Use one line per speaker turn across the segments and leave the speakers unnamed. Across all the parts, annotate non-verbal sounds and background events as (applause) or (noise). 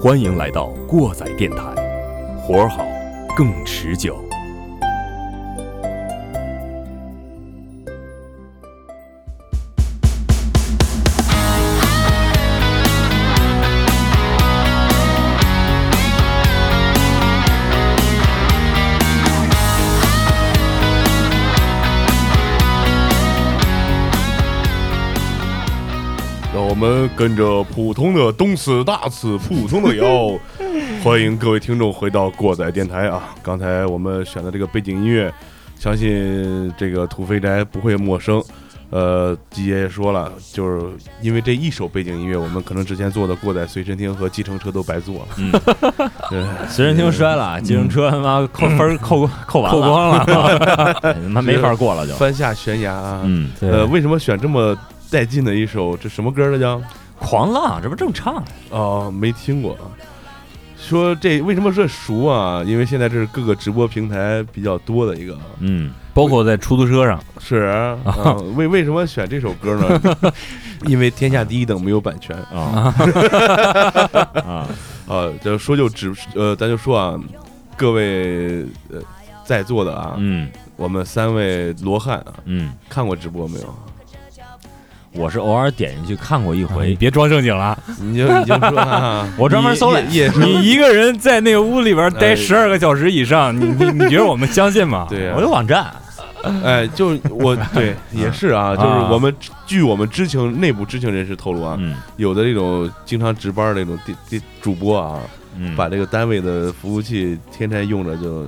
欢迎来到过载电台，活儿好，更持久。
让我们跟着普通的东四大次普通的摇，欢迎各位听众回到过载电台啊！刚才我们选的这个背景音乐，相信这个土肥宅不会陌生。呃，季爷也说了，就是因为这一首背景音乐，我们可能之前做的过载随身听和计程车都白做了。嗯， (laughs) 对，
随身听摔了，计程车他妈扣分儿扣扣完
扣
了，
光了。
哎他 (laughs) 妈没法过了就。
翻下悬崖啊！
嗯，
呃，为什么选这么带劲的一首？这什么歌来着？
狂浪这不正常？啊
哦，没听过。说这为什么说熟啊？因为现在这是各个直播平台比较多的一个，
嗯，
包括在出租车上，
是啊、嗯为为什么选这首歌呢？ (laughs) 因为天下第一等没有版权
啊啊，
啊。就说就只呃，咱就说啊，各位呃在座的啊，
嗯
我们三位罗汉啊，
嗯，
看过直播没 (laughs) 有？
我是偶尔点进去看过一
你
回，，
别装正经了。
你就已经说啊 (laughs)
我专门搜了
夜夜生
你一个人在那个屋里边
哎
待十二个小时以上，你你你觉得我们相信吗？
对啊
我有网站，
哎，就是我对也是 (laughs) 啊，就是我们据我们知情内部知情人士透露啊，
嗯
有的这种经常值班的那种地地主播啊，
嗯，
把这个单位的服务器天天用着就，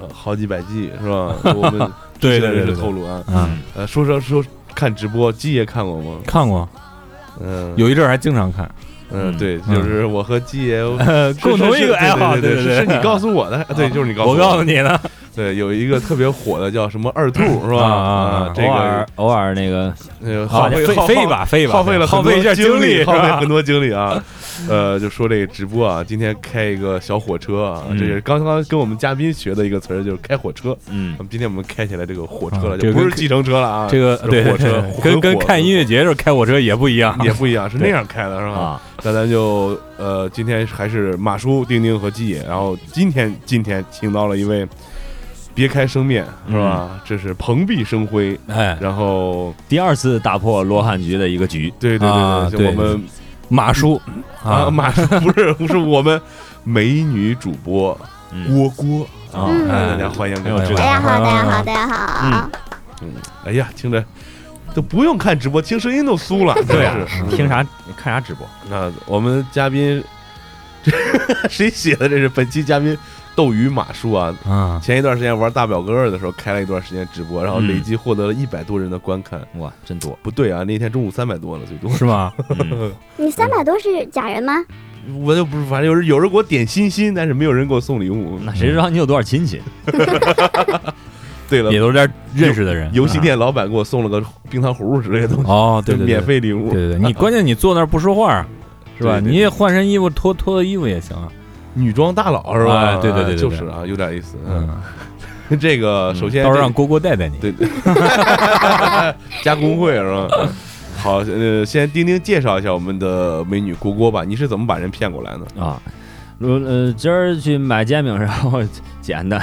呃，好几百 G 是
(laughs)
吧？我们知情
对对
人士
对对
透露啊，
嗯，
嗯
呃，说说说看直播，鸡爷看过吗？
看过，
嗯，
有一阵儿还经常看。
嗯，
嗯
对，就是我和鸡
(laughs)
爷
呃，
是
共同一个爱好，
是对
对
是是
对，
你告诉我的，对，就是你告诉
我告诉
你，
你呢，
对，有一个特别火的叫什么二兔是吧？
啊啊啊
啊，这
偶
个
尔偶尔那个
呃
好
耗费
飞
耗
飞一把，飞一把，
耗费了
耗
很多
费一下精
力，
力，是
(laughs) 耗费
吧
很？多精力啊。呃，就说这个直播啊，今天开一个小火车啊，
嗯
这是刚刚跟我们嘉宾学的一个词儿，就是开火车。
嗯
那么今天我们开起来这个火车了，
啊
就
这个
不
跟
是计程车了啊，
这个
是
对
火车，
对
很
跟跟
火
看音乐节的时候开火车也不一样。
(laughs)
(laughs)
也不一样，是那样开的是吧？
啊，
那咱就呃，今天还是马叔、丁丁和季野，然后今天今天请到了一位。别开生面是
嗯
吧？这是蓬荜生辉，
哎，
然后
第二次打破罗汉局的一个局，
对对
啊
对，就
对
我们
马叔
啊，
啊，
马叔不是 (laughs) 不是我们美女主播
嗯
郭郭
啊，
哎大家欢迎
哎呦
各位
知
大
道
家好，大家好，大家好。
嗯
哎呀，听着都不用看直播，听声音都酥了。
对
呀
啊，听啥看啥直播？
那我们嘉宾， (laughs) 这谁写的？这是本期嘉宾斗鱼马叔啊。
啊，
前一段时间玩大表哥二的时候，开了一段时间直播，然后
嗯
累计获得了一百多人的观看。
哇，真多！
不对啊，那天中午三百多了，最多。(laughs)
是吗？
嗯
你三百多是假人吗？
我就不是，反正有人有人给我点心心，但是没有人给我送礼物。
那谁知道你有多少亲戚？
对了
也，都是这儿认识的 (laughs) 人。
游戏店老板给我送了个冰糖葫芦之类的东西，
哦， (laughs) 对对，对
免费礼物。
对对对，你关键你坐那儿不说话，啊是吧？
对对对
你也换身衣服，脱脱个衣服也行啊。
女装大佬是吧？
哎对对对对对
就是啊，有点意思。嗯，(laughs)
嗯，
这个首先
到时候
这
让郭郭带带你。
对对， (laughs) 加工会是吧？好，呃，先丁丁介绍一下我们的美女郭郭吧。你是怎么把人骗过来呢？
啊，我呃今儿去买煎饼，然后捡
(laughs)
的，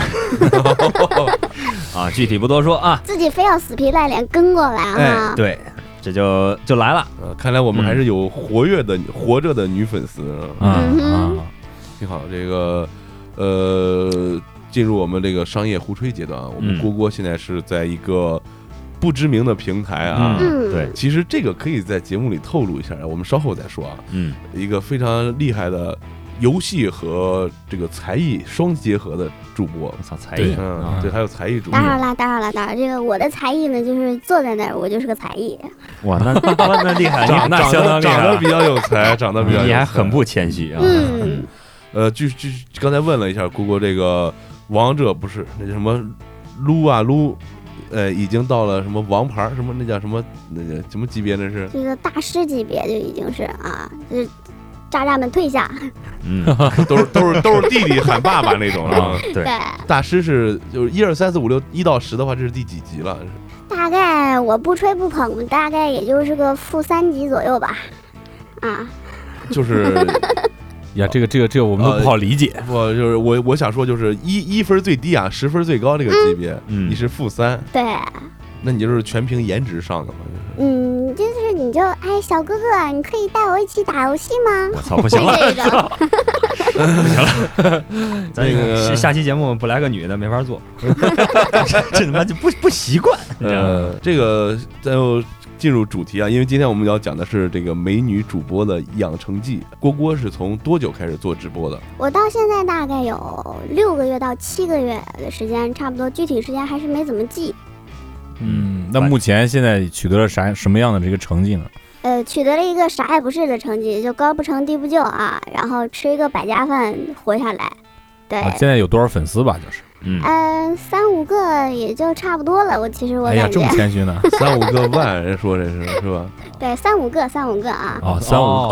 啊，具体不多说啊。
自己非要死皮赖脸跟过来哈。
哎对，这就就来了，
呃，看来我们还
嗯
是有活跃的、活着的女粉丝，啊
啊
嗯哼
啊，
挺好。这个，呃，进入我们这个商业互吹阶段啊，我们
嗯
郭郭现在是在一个不知名的平台啊。
嗯
嗯，
对，
其实这个可以在节目里透露一下，我们稍后再说啊。
嗯
一个非常厉害的游戏和这个才艺双结合的主播
我，操，才艺
对
嗯，
啊，
对，还有才艺主播
打，扰啦，打扰啦，打扰。这个我的才艺呢，就是坐在那儿，我就是个才艺。
哇，那那那厉 (laughs) 害，
长
你
那
长
相
得
当厉
长
害嗯
得
了
比较有 (laughs) 才，长得比较有才
你还很不谦虚啊，
嗯，
呃，据据刚才问了一下姑姑，这个王者不是那叫什么撸啊撸，呃，已经到了什么王牌儿什么那叫什么那叫 (laughs) 什么级别那是
这个大师级别就已经是啊，就是。渣渣们退下！
嗯， (laughs)
都是都是都是弟弟喊爸爸那种啊。
对
对，
嗯
大师是就是一二三四五六一到十的话，这是第几集了？
大概我不吹不捧，大概也就是个负三级左右吧。啊，
就是
呀，这个这个这个我们都
呃
不好理解。
我就是我我想说就是一一分最低啊，十分最高这个级别，
嗯
你是负三，
对，
那你就是全凭颜值上的嘛。
嗯，就是你就哎，小哥哥，你可以带我一起打游戏吗？
我操，不
(laughs)
行了，
这种，
咱
那个
下下期节目不来个女的没法做，这他妈就不不习 (laughs) 惯，你
嗯
知道吗
呃，这个咱又进入主题啊，因为今天我们要讲的是这个美女主播的养成记。郭郭是从多久开始做直播
(laughs)
的？
我到现在大概有六个月到七个月的时间，差不多，具体时间还是没怎么记。
嗯，那目前现在取得了啥什么样的这个成绩呢？
呃，取得了一个啥也不是的成绩，就高不成低不就啊，然后吃一个百家饭活下来。对，
啊，现在有多少粉丝吧？就是，
嗯，
嗯、三五个也就差不多了。我其实我
哎呀，
感
这
觉，
么谦虚 (laughs) 呢？
三五个万，人说这是是吧？
(laughs) 对，三五个，三五个啊。
哦，三五
哦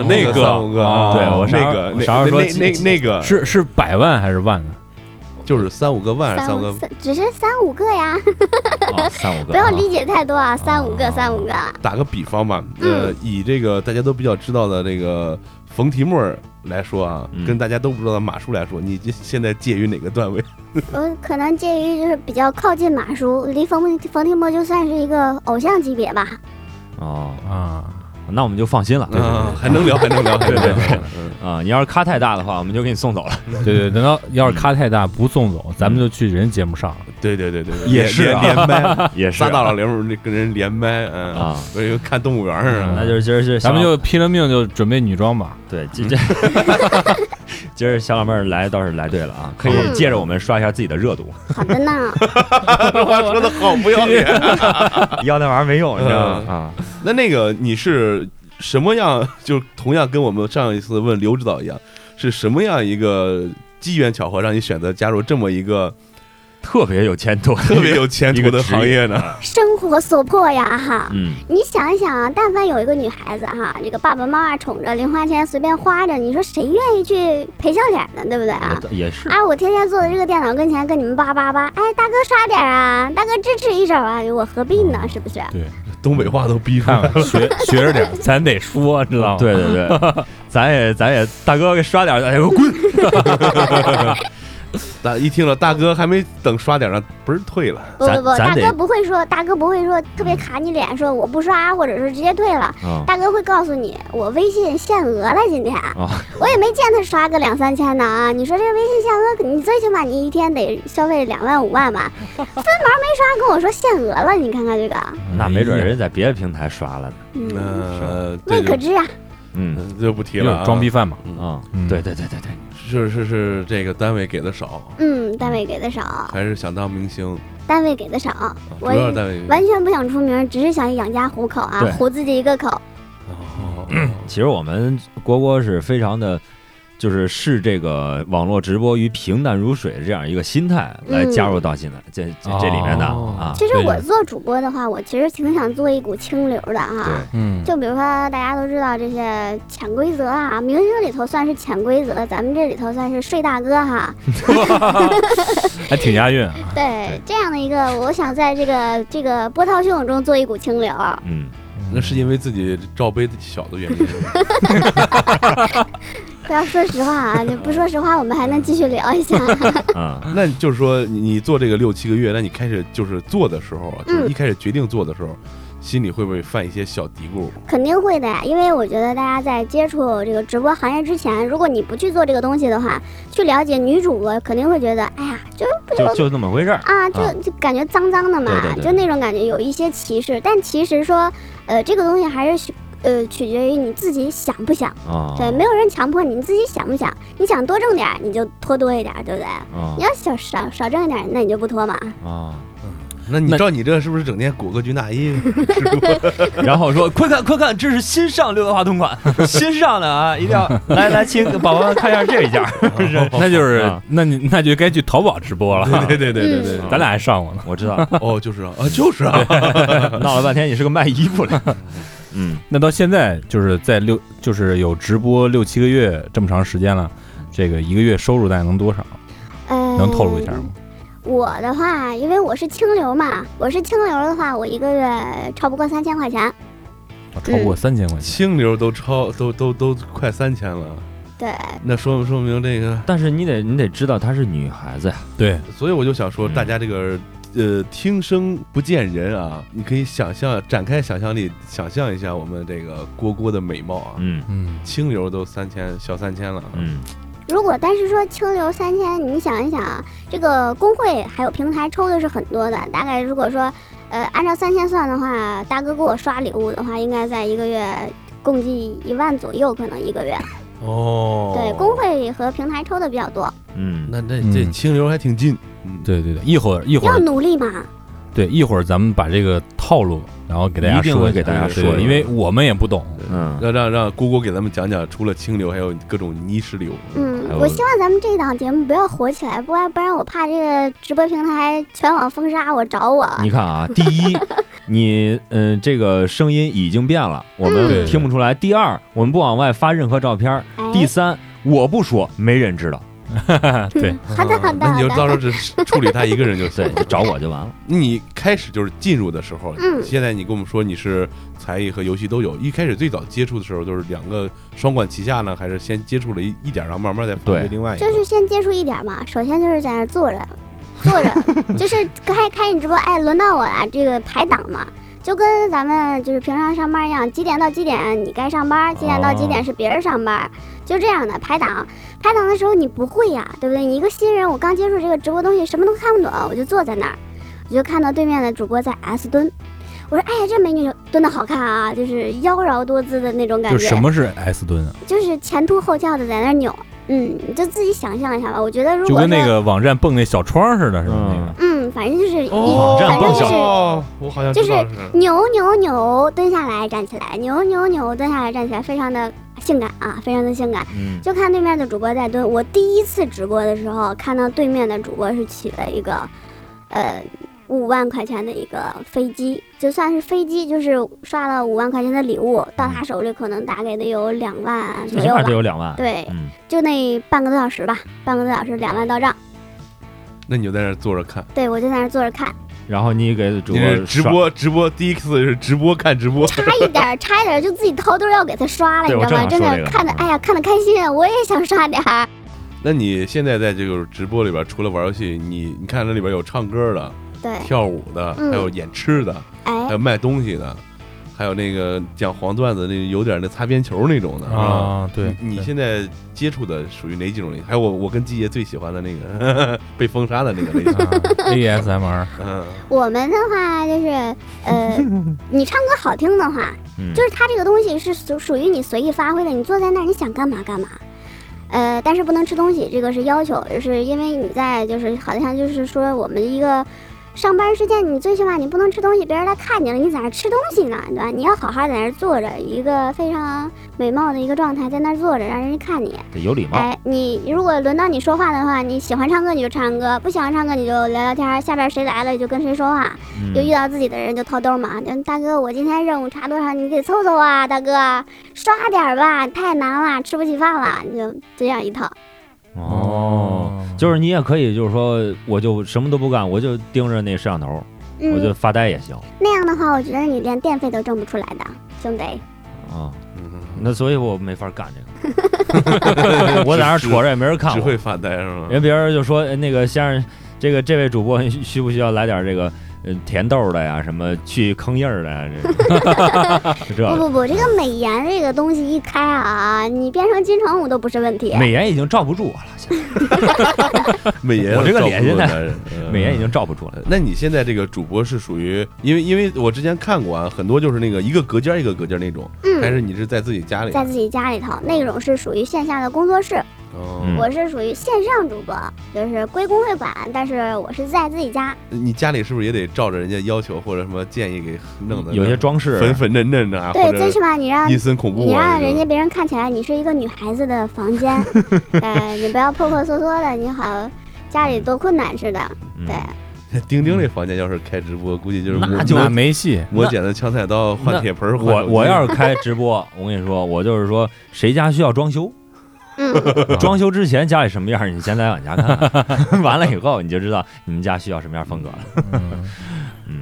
哦，那个
三五个，
哦
对我
啥时
那
候
个
我啥时候
那
说
那那那个
是是百万还是万呢？
就是三五个万，
三
啊三五
五
个
三只是三五个呀，
啊，三五个
不要理解太多啊，三五个，三五个。啊
打个比方吧，呃，以这个大家都比较知道的这个冯提莫尔来说啊，
嗯
跟大家都不知道的马叔来说，你这现在介于哪个
(laughs)
段位？
我可能介于就是比较靠近马叔，离冯冯提莫就算是一个偶像级别吧。
哦，
啊，
那我们就放心了，
啊，还能聊，还能聊，还能聊。嗯
啊，你要是咖太大的话，我们就给你送走了，
对对，等到要是咖太大不送走，咱们就去人节目上了。
对对对对，对
也是
连
啊
连连
(laughs)
麦，
也
仨大老爷们儿跟人连麦，嗯
啊，
我就看动物园儿
嗯
啊，
那就是今儿是
咱们就拼了命就准备女装吧。
对今这。今儿小 (laughs) 老妹儿来倒是来对了啊，可以
嗯
借着我们刷一下自己的热度，
好的呢，
我 (laughs) 说的好不要脸。
要那玩意儿没用，你知道
嗯
吗？啊，
那那个你是什么样？就同样跟我们上一次问刘指导一样，是什么样一个机缘巧合让你选择加入这么一个
特别有前途，
特别有前
一个
途的
职
行
业
业
啊
呢？
生活所迫呀哈。
(laughs) 嗯，
你想一想啊，但凡有一个女孩子哈，这个爸爸妈妈宠着，零花钱随便花着，你说谁愿意去赔笑脸呢？对不对啊？
也也是，
啊，我天天坐在这个电脑跟前跟你们叭叭叭，哎，大哥刷点啊，大哥支持一手啊，我何必呢？
嗯
是不是？
东北话都逼出来
看
了。
(laughs)
看学学着点儿，咱得说，知道吗？
对对对，咱也咱也大哥给刷点儿，哎呦滚！
大一听了，大哥还没等刷点呢，不是退了。
不
咱
不不，
咱
大
得
哥不会说，大哥不会说特别卡你脸，说我不刷，或者是直接退了。
啊
大哥会告诉你，我微信限额了，今天、
哦
啊
我也没见他刷个两三千呢啊！你说这微信限额，你最起码你一天得消费两万五
(laughs)
万吧？分毛没刷，跟我说限额了，你看看这个，
那没准
哎
人家在别的平台刷了呢。
嗯，
呃，这
未
就
可知啊。
嗯
就不提
就
了
是
啊。
装逼犯嘛。
啊
嗯，
对对对对对，
是是是，这个单位给的少，
嗯，单位给的少，
还是想当明星？
单位给的少，
哦主
我
要是
也
单位
完全不想出名，只是想养家糊口啊
对，
糊自己一个口。
哦，
其实我们国国是非常的。就是视这个网络直播于平淡如水的这样一个心态来加入到现在这这这里面的
哦
啊，
其实
对
我做主播的话，我其实挺想做一股清流的啊。
对
嗯，
就比如说，大家都知道这些潜规则啊，明星里头算是潜规则，咱们这里头算是睡大哥哈。
还挺押韵啊。
对，这样的一个，我想在这个这个波涛汹涌中做一股清流。
嗯，
那是因为自己罩杯小的
(laughs)
原因。
不要说实话啊，你不说实话，我们还能继续聊一下。 (laughs)
啊，
那就是说，你你做这个六七个月，那你开始就是做的时候啊，就是
嗯
一开始决定做的时候，心里会不会犯一些小嘀咕？
肯定会的呀，因为我觉得大家在接触这个直播行业之前，如果你不去做这个东西的话，去了解女主播，肯定会觉得，哎呀，就是不
就就那么回事儿，
啊，就就感觉脏脏的嘛，
对对对
就那种感觉有一些歧视。但其实说，呃，这个东西还是取呃取决于你自己想不想，
哦
啊，
(laughs) 对，没有人强迫你，你自己想不想？你想多挣点儿，你就拖多一点儿，对不对？
啊
哦
你要想少少挣一点儿，那你就不拖嘛。
(laughs)
啊，
那你
那
照你这是不是整天裹个军大衣？ (laughs)
然后说快看快看，这是新上六的话筒款，新上的啊，一定要来来亲，宝宝看一下这一件儿，是
(laughs) 那就是
啊，
那你那就该去淘宝直播了。
对对对对对
咱俩还上过呢。
嗯
我知道，
(laughs)
对，哦，就是啊，啊就是啊，
闹了半天你是个卖衣服的， (laughs) 嗯，
那到现在就是在六，就是有直播六七个月这么长时间了，这个一个月收入大概能多少？
呃，
能透露一下吗？
我的话，因为我是清流嘛，我是清流的话，我一个月超不过三千块钱。
啊超过三千块钱，
清流都超都都都快三千了，
对，
那说明说明这个，
但是你得你得知道她是女孩子呀，
对，
所以我就想说，
嗯
大家这个呃听声不见人啊，你可以想象展开想象力，想象一下我们这个郭郭的美貌啊，
嗯
嗯，
清流都三千小三千了，啊
嗯
如果但是说清流三千，你想一想啊，这个工会还有平台抽的是很多的，大概如果说，呃，按照三千算的话，大哥给我刷礼物的话，应该在一个月共计一万左右，可能一个月。
哦
对，工会和平台抽的比较多，
嗯，
那这这
嗯
清流还挺近，嗯，
对对对，一会儿一会
要
儿
努力嘛。
对一会儿咱们把这个套路，然后给大家
一定
说
会
一下
给大家说
对对
一
因
下
为我们也不懂，
嗯
让让让郭郭给咱们讲讲，除了清流，还有各种泥石流。
嗯
还，有
我希望咱们这档节目不要火起来，不然不然我怕这个直播平台全网封杀我找我。哎
你看啊，第一，你嗯、这个声音已经变了，我们
嗯
听不出来；第二，我们不往外发任何照片；第
哎，
三，我不说，没人知道，
对，
(laughs) 好的好的
那你就
好
到
的。
时候只是处理他一个人就行
对，。就找我就完 (laughs) 了。
你开始就是进入的时候，
嗯
现在你跟我们说你是才艺和游戏都有，一开始最早接触的时候就是两个双管齐下呢，还是先接触了一一点，然后慢慢再发
对
掘另外一个？
就是先接触一点嘛，首先就是在那儿坐着，坐
(laughs)
着，就是开开你直播，哎，轮到我了，这个排档嘛，就跟咱们就是平常上班一样，几点到几点你该上班，几点到几
哦
点是别人上班，就这样的排档。排档的时候你不会呀、对不对？你一个新人，我刚接触这个直播东西，什么都看不懂，我就坐在那儿，我就看到对面的主播在 S 蹲。我说：“哎呀，这美女蹲的好看啊，就是妖娆多姿的那种感觉。”
就什么是 S 蹲啊？
就是前凸后翘的在那儿扭，嗯，你就自己想象一下吧。我觉得如
就
果
跟那
说，
个网站蹦那小窗似的，是吧？那
嗯
个，
嗯，反正就是一，
哦，
反正
蹦
就
小
是
哦，我好像
就
知
是
道是。
扭扭扭，蹲下来站起来，扭扭扭，蹲下来站起来，非常的性感啊，非常的性感。
嗯，
就看对面的主播在蹲。我第一次直播的时候，看到对面的主播是起了一个，呃，五万块钱的一个飞机，就算是飞机，就是刷了五万块钱的礼物，到他手里可能大概得有两万
最
左
起
右
码
吧
得。有两万。
对，
嗯，
就那半个多小时吧，半个多小时两万到账。
那你就在那儿坐着看，
对我就在那儿坐着
(laughs)
看，
然后你给主
你
播
是直
刷，
播直播第一次是直播看直播，
差一点儿，差一点儿就自己头都要给他刷了，你
对
知道吗？
我
真
正想说这个
的看的，
嗯
哎呀，看的开心，我也想刷点儿。
那你现在在这个直播里边，除了玩游戏，你你看那里边有唱歌的、
对，
跳舞的，
嗯
还有演吃的，还
哎，
有卖东西的，还有那个讲黄段子，那有点那擦边球那
嗯
种的。
啊，对，
你你
对
现在接触的属于哪几种类型？还有我我跟季爷最喜欢的那个 (laughs) 被封杀的那个类
(laughs)
型。
(laughs) 啊 ASMR (laughs)
嗯，
我们的话就是，呃，你唱歌好听的话，
嗯
就是它这个东西是属属于你随意发挥的，你坐在那儿你想干嘛干嘛。呃，但是不能吃东西，这个是要求，是因为你在就是好像就是说我们一个上班时间，你最起码你不能吃东西，别人来看你了，你在那儿吃东西呢，对吧？你要好好在那儿坐着，一个非常美貌的一个状态，在那儿坐着，让人家看你。
得有礼貌。
哎，你如果轮到你说话的话，你喜欢唱歌你就唱歌，不喜欢唱歌你就聊聊天儿，下边谁来了你就跟谁说话。就遇
嗯，
到自己的人就掏兜嘛。就大哥，我今天任务差多少，你给凑凑啊，大哥，刷点儿吧，太难了，吃不起饭了，你就这样一套。
哦，，就是你也可以，就是说，我就什么都不干，我就盯着那摄像头，我就
嗯，
发呆也行。
那样的话，我觉得你连电费都挣不出来的，兄弟。
啊，
嗯
那所以我没法干这 (laughs) 个，我在那儿戳着也没人看
只
我
会。发呆是吗？
人别人就说哎那个先生，这个这位主播需需不需要来点这个呃甜豆的呀，什么去坑印儿的呀， (laughs) 这
不
种
不不，这个美颜这个东西一开啊，你变成金城武都不是问题
这。美颜已经罩不住我了，现在
美颜，
我这个脸现在
在
(laughs) 美颜已。经罩不住了。
嗯那你现在这个主播是属于，因为因为我之前看过啊，很多就是那个一个隔间儿一个隔间儿那种，还
嗯，
是你是在自己家里？
在自己家里头那种是属于线下的工作室，
哦，
嗯
我是属于线上主播，就是归工会管，但是我是在自己家。
啊嗯
你家里是不是也得照着人家要求或者什么建议给弄的？
有些装饰
粉粉嫩嫩的啊，
对
或，者
最起码你让
阴森恐怖
你
啊，
让人家别人看起来你是一个女孩子的房间，
(laughs)
呃哎，你不要破破缩缩的，你好，家里多困难似的。
嗯
对，
钉钉这房间要是开直播，估计就是
那
我
就
那没戏。
我捡的枪菜刀换铁盆儿换
我
手机
我要是开直播，我跟你说，我就是说，谁家需要装修， (laughs)
嗯，
装修之前家里什么样儿，你先来俺家 (laughs) 看，完了以后你就知道你们家需要什么样儿风格了。
嗯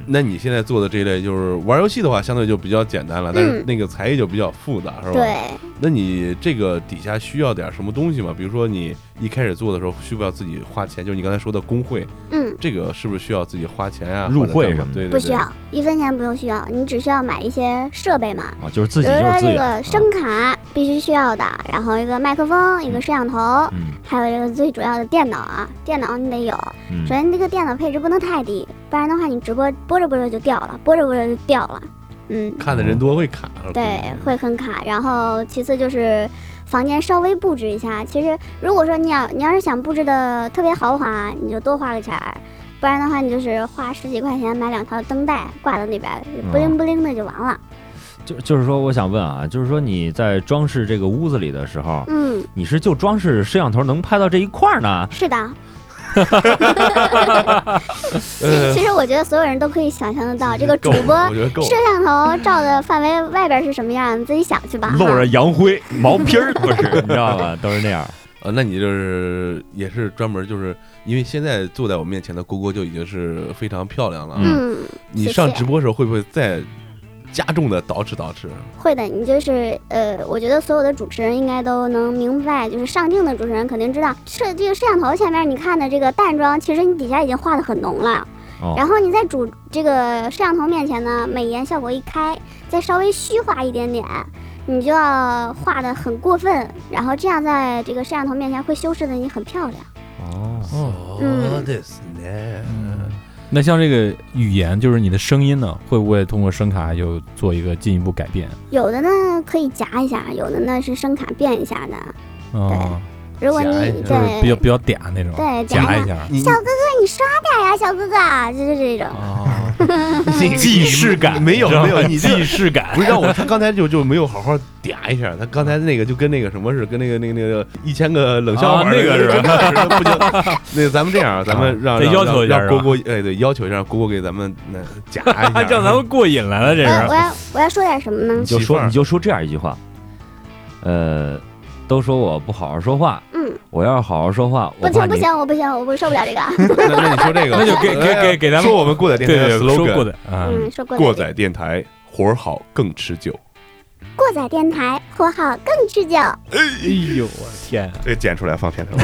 那你现在做的这一类就是玩游戏的话，相对就比较简单了，但是
嗯
那个才艺就比较复杂，是吧？。
对，
那你这个底下需要点什么东西吗？比如说你一开始做的时候，需不需要自己花钱？就是你刚才说的工会，
嗯，
这个是不是需要自己花钱啊？
入会
或者
什
干嘛
么的
对对对，
不需要一分钱不用需要，你只需要买一些设备嘛，
啊，就是自
比
己
如
就
说
是资
这
源。啊
个声卡必须需要的，然后一个麦克风，一个摄像头，
嗯
还有这个最主要的电脑啊，电脑你得有。
嗯
首，先这个电脑配置不能太低，不然的话你直播播着播着就掉了，播着播着就掉了。嗯，
看的人多会卡。
对，会很卡。然后其次就是房间稍微布置一下。其实如果说你要你要是想布置的特别豪华，你就多花个钱儿。不然的话，你就是花十几块钱买两条灯带挂到那边，不灵不灵的就完了。
就就是说，我想问啊，就是说你在装饰这个屋子里的时候，
嗯，
你是就装饰摄像头能拍到这一块儿呢？
是的。
呃，
其实我觉得所有人都可以想象得到，这个主
够了
播
我觉得够了
摄。像头照的范围外边是什么样，你自己想去吧。
露
哈
着洋灰毛皮儿，不是， (laughs) 你知道吧？都是那样。
呃，那你就是也是专门就是因为现在坐在我面前的郭郭就已经是非常漂亮了啊。
嗯，
你
谢
上
谢
直播的时候会不会再加重的捯饬捯饬？
会的，你就是呃，我觉得所有的主持人应该都能明白，就是上镜的主持人肯定知道，摄这个摄像头前面你看的这个淡妆，其实你底下已经画的很浓了。
哦
然后你在主这个摄像头面前呢，美颜效果一开，再稍微虚化一点点，你就要画的很过分，然后这样在这个摄像头面前会修饰的你很漂亮。
哦，
嗯
ですね
那像这个语言，就是你的声音呢，会不会通过声卡有做一个进一步改变？
有的呢可以夹一下，有的呢是声卡变一下的。
嗯，
如果你
夹一下
就是比
对
较比较嗲那种，
对
夹
一下，
一下。
你
小哥哥你刷点呀，小哥哥，啊就是这种。
哦，
既视感没有没有，你这
既视感， (laughs)
不是让我他刚才就就没有好好嗲一下，他刚才那个就跟那个什么似的，跟那个那个那个一千个冷笑话
啊那个是
吧？不行，那个咱们这样，咱们让
得
让
要求一下
让
是吧
郭郭哎对要求一下郭郭给咱们那夹一下，
叫咱们过瘾来了，这
我呃要我
是。
要我要说点什么呢
你？就
媳妇
说
儿
你就说这样一句话，呃，都说我不好好说话，
嗯，
我要是好好说话，
不
我怕
行不
你
行，我不行，我不受不了这个。
那那你说这个，
那就给给给给咱们
说我们过载电台
对，
的
对说过
slogan，
的啊，
嗯，说过
过
载
载电台活儿好更持久。
过载电台，活好更持久。
哎呦我天，
这剪出来放片头。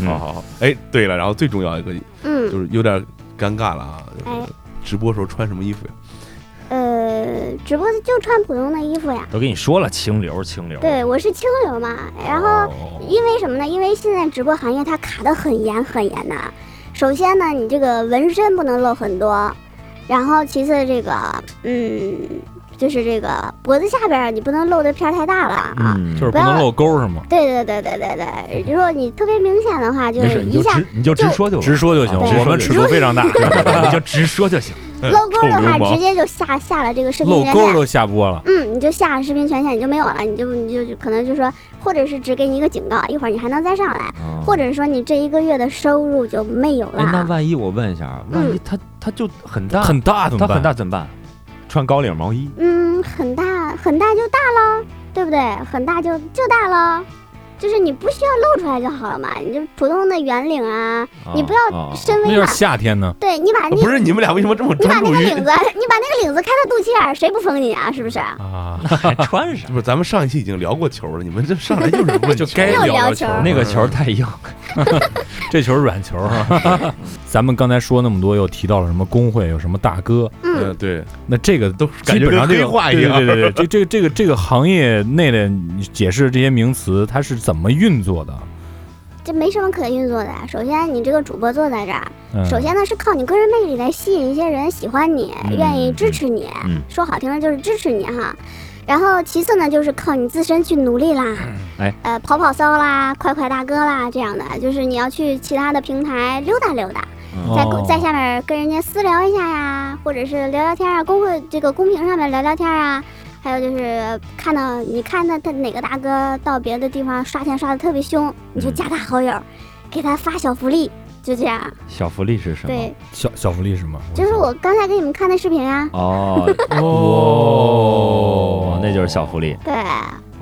嗯
好好好，哎，对了，然后最重要一个
嗯，
就是有点尴尬了啊，就是
哎
直播时候穿什么衣服呀？
呃，直播就穿普通的衣服呀。
都跟你说了，清流清流。
对，我是清流嘛，然后
哦
因为什么呢？因为现在直播行业它卡得很严很严的。首先呢，你这个纹身不能露很多，然后其次这个，嗯，就是这个脖子下边儿你不能露的片儿太大了啊。
嗯，
就是不能露沟是吗？
对对对对对对，如果你特别明显的话，就
没事，
是
你
一
就
下
直你就直
就
说就
直
说，
说就行，
啊直说
我们
就
尺
行
度非常大， (laughs)
你就直说就行。
露沟的
臭流
话，
氓
直接就下下了这个视频
露
权
沟
限。
都下播了。
嗯，你就下了视频权限，你就没有了，你就你就就可能就说，或者是只给你一个警告，一会儿你还能再上来，
啊
或者说你这一个月的收入就没有
哎，那
了。
万一我问一下，
嗯
万一他他就很大，
很大怎么
他
办？
很大怎么办？穿高领毛衣，
嗯，很大很大就大了，对不对？很大就就大了，就是你不需要露出来就好了嘛，你就普通的圆领啊，你不
哦要
深
那
V
要
码
是，夏天呢？
对你把那
哦不是你们俩为什么这么
你把
专
那
注
个
于
领子，你把那个领子开到肚脐眼儿，谁不封你啊？是不是？
(laughs) 啊，
还穿啥？
不 (laughs) 是，咱们上一期已经聊过球了，你们这上来就是问
就
球
该
又
聊
聊球
球儿
儿
那个球太
(laughs)
硬，
这球是软球啊！ (laughs) 咱们刚才说那么多，又提到了什么工会，有什么大哥，
嗯 (laughs)
嗯，对，
那这个
都
基
感觉
本
跟
上这
黑
个
话一样。
对对对对，这这这个这个行业内的你解释这些名词，它是怎么运作的？
这没什么可运作的。啊首先，你这个主播坐在这儿，
嗯，
首先呢是靠你个人魅力来吸引一些人喜欢你，
嗯
愿意支持你。
嗯
说好听的就是支持你哈。然后其次呢，就是靠你自身去努力啦，
哎，
呃，跑跑骚啦，快快大哥啦，这样的，就是你要去其他的平台溜达溜达，
嗯
在
哦
在下面跟人家私聊一下呀，或者是聊聊天啊，公会这个公屏上面聊聊天啊，还有就是看到你看到他哪个大嗯哥到别的地方刷钱刷的特别凶，你就加他好友，给他发小福利，就这样。
小福利是什么？
对，
小小福利是吗？
就是我刚才给你们看的视频啊。
(laughs) 哦，哦，那就是小福利。
对，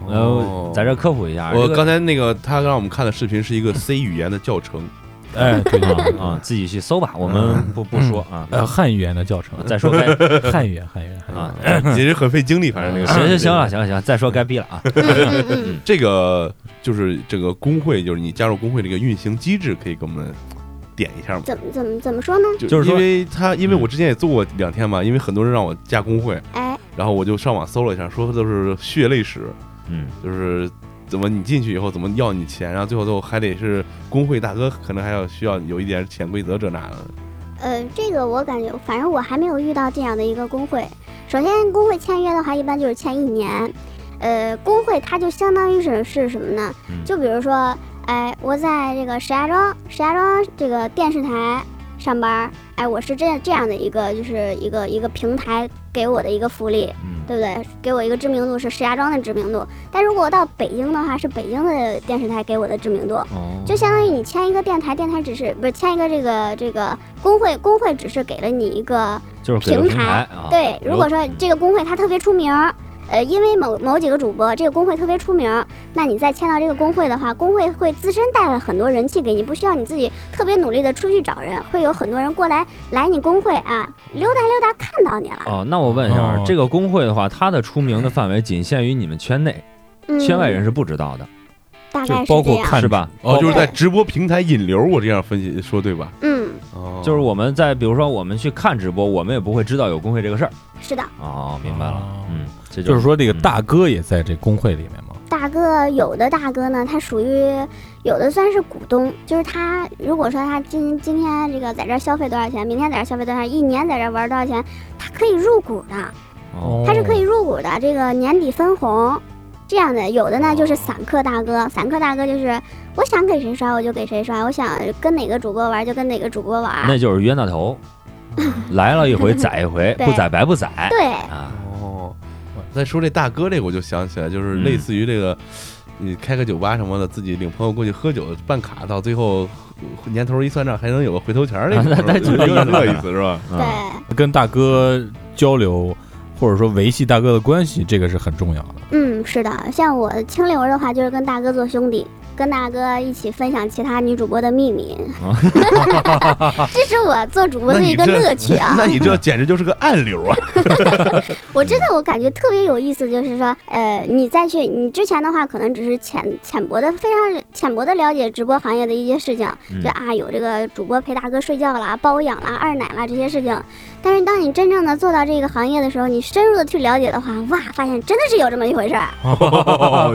呃，在这科普一下，
我
哦
这个
刚才那个他让我们看的视频是一 (laughs) 个 C 语言的教程，
哎，对
啊啊，自己去搜吧，我
嗯
们不不说啊。
呃，汉语言的教
(laughs)
程，
再说
(laughs)
该
汉语言，汉语言，汉语言
啊，
也是很费精力，反正那 (laughs) 个。
行行行了，行了行了，再说该逼了啊。
(laughs) 嗯嗯嗯，
这个就是这个工会，就是你加入工会这个运行机制，可以给我们点一下吗？
(laughs) 怎么怎么怎么说呢？
就是说
因为他，因为我之前也做过两天嘛，因为很多人让我加工会，
哎，
然后我就上网搜了一下，说都是血泪史，
嗯，
就是怎么你进去以后怎么要你钱，然后最后最后还得是工会大哥，可能还要需要有一点潜规则这那的。
呃，这个我感觉，反正我还没有遇到这样的一个工会。首先，工会签约的话，一般就是签一年。呃，工会它就相当于是是什么呢？
嗯
就比如说，哎，我在这个石家庄，石家庄这个电视台上班儿，哎，我是这这样的一个，就是一个一个平台给我的一个福利，
嗯
对不对？给我一个知名度是石家庄的知名度，但如果我到北京的话，是北京的电视台给我的知名度。
嗯
哦，
就相当于你签一个电台，电台只是不是签一个这个这个工会，工会只是给了你一
啊
个
就是给个平台啊。
对。如果说这个工会它特别出名儿，呃，因为某某几个主播这个工会特别出名儿，那你再签到这个工会的话，工会会自身带了很多人气给你，不需要你自己特别努力的出去找人，会有很多人过来来你工会啊溜达溜达看到你了。
哦，那我问一下
哦，
这个工会的话，它的出名的范围仅限于你们圈内，
啊
嗯，
圈外人是不知道的，
大
就
概是
包
这
括
样。
看
是吧？
哦，就是
对
在直播平台引流，我这样分析说对吧？
嗯，
哦，
就是我们在比如说我们去看直播，我们也不会知道有工会这个事儿。
是的，
哦，明白了
哦，
嗯，这
就是说这个
嗯
大哥也在这工会里面嘛。
大哥有的大哥呢，他属于有的算是股东，就是他如果说他今今天这个在这儿消费多少钱，明天在这儿消费多少钱，一年在这儿玩多少钱，他可以入股的，
哦，
他是可以入股的。这个年底分红这样的，有的呢就是散客大哥，散客大哥就是我想给谁刷我就给谁刷，我想跟哪个主播玩就跟哪个主播玩。
那就是冤大头，
哦
来了一回宰一回，
对
不宰白不宰
对，
啊。
哦，再说这大哥这个，我就想起来，嗯就是类似于这个，你开个酒吧什么的，自己领朋友过去喝酒办卡，到最后呃年头一算账，还能有个回头钱 (laughs) 儿，那种
那那
是吧有点这意思是吧？
对，
嗯
跟大哥交流，或者说维系大哥的关系，这个是很重要的。
嗯，是的，像我清流的话，就是跟大哥做兄弟，跟大哥一起分享其他女主播的秘密，
啊
(laughs) 这是我做主播
啊那
的
你
一个
这
乐趣啊！
(laughs) 那你这简直就是个暗流 (laughs) 啊！
我真的我感觉特别有意思，就是说，呃，你再去你之前的话，可能只是浅浅薄的、非常浅薄的了解直播行业的一些事情，
嗯
就啊有这个主播陪大哥睡觉啦、包养啦、二奶啦这些事情。但是当你真正的做到这个行业的时候，你深入的去了解的话，哇，发现真的是有这么一回事儿。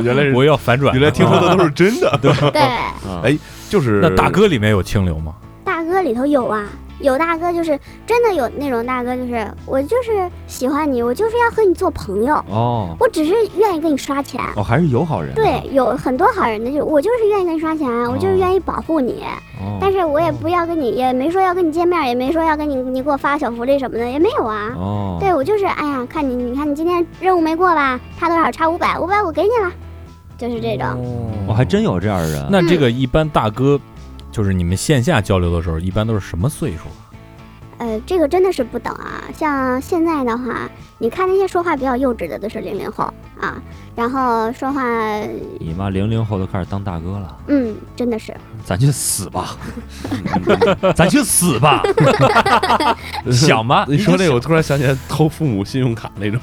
原来是
我要反转，
(laughs) 原来听说的都是真的，对，
对，
啊
哎 (laughs) 就是
那大哥里面有清流吗？
大哥里头有啊。有大哥就是真的有那种大哥，就是我就是喜欢你，我就是要和你做朋友，
哦
我只是愿意跟你刷钱，
哦，还是友好人啊。
对，有很多好人的，就我就是愿意跟你刷钱，啊我就是愿意保护你，
哦，
但是我也不要跟你，也没说要跟你见面，也没说要跟你你给我发小福利什么的，也没有啊。
哦，
对我就是，哎呀，看你，你看你今天任务没过吧？差多少？差五百，五百我给你了，就是这种。
我还真有这样的人。
哦那这个一般大哥，就是你们线下交流的时候，一般都是什么岁数？
呃，这个真的是不等啊。像现在的话，你看那些说话比较幼稚的都是零零后啊，然后说话，
你妈零零后都开始当大哥了，
嗯，真的是，
咱去死 (laughs) 吧，咱去死
(laughs)
吧，想吧，
你说这个，
个
我突然想起来偷父母信用卡那种，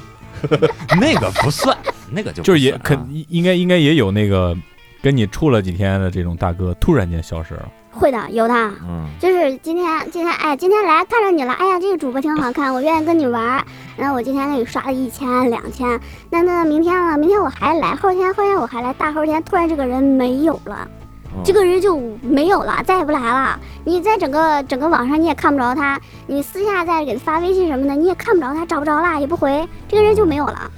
那个不算，那个就
就是
不
也
算啊
肯应应该应该也有那个跟你处了几天的这种大哥突然间消失了。
会的，有的。啊
嗯
就是今天，今天哎，今天来看上你了，哎呀，这个主播挺好看，我愿意跟你玩儿。然后我今天给你刷了一千、两千，那那明天了，明天我还来，后天后天我还来，大后天突然这个人没有了，
嗯
这个人就没有了，再也不来了。你在整个整个网上你也看不着他，你私下再给他发微信什么的，你也看不着他，找不着啦，也不回，这个人就没有了，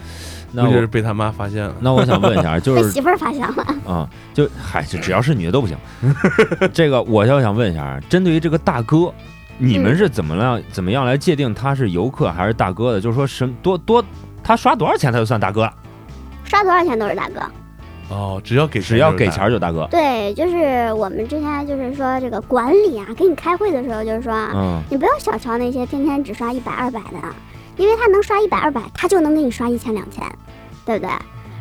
那
估计是
我
被他妈发现了。
那我想问一
(laughs)
下，就
被
是
媳妇儿发现了。
啊、就嗨，就只要是女的都不行。 (laughs) 这个我就想问一下，针对于这个大哥，你
嗯
们是怎么样怎么样来界定他是游客还是大哥的？就是说什多多他刷多少钱他就算大哥了？啊
刷多少钱都是大哥，
哦，只要给
只要给
钱
钱儿就大哥。
对，就是我们之前就是说这个管理啊，给你开会的时候就是说啊，
嗯，
你不要小瞧那些天天只刷一百、二百的，啊，因为他能刷一百、二百，他就能给你刷一千、两千，对不对？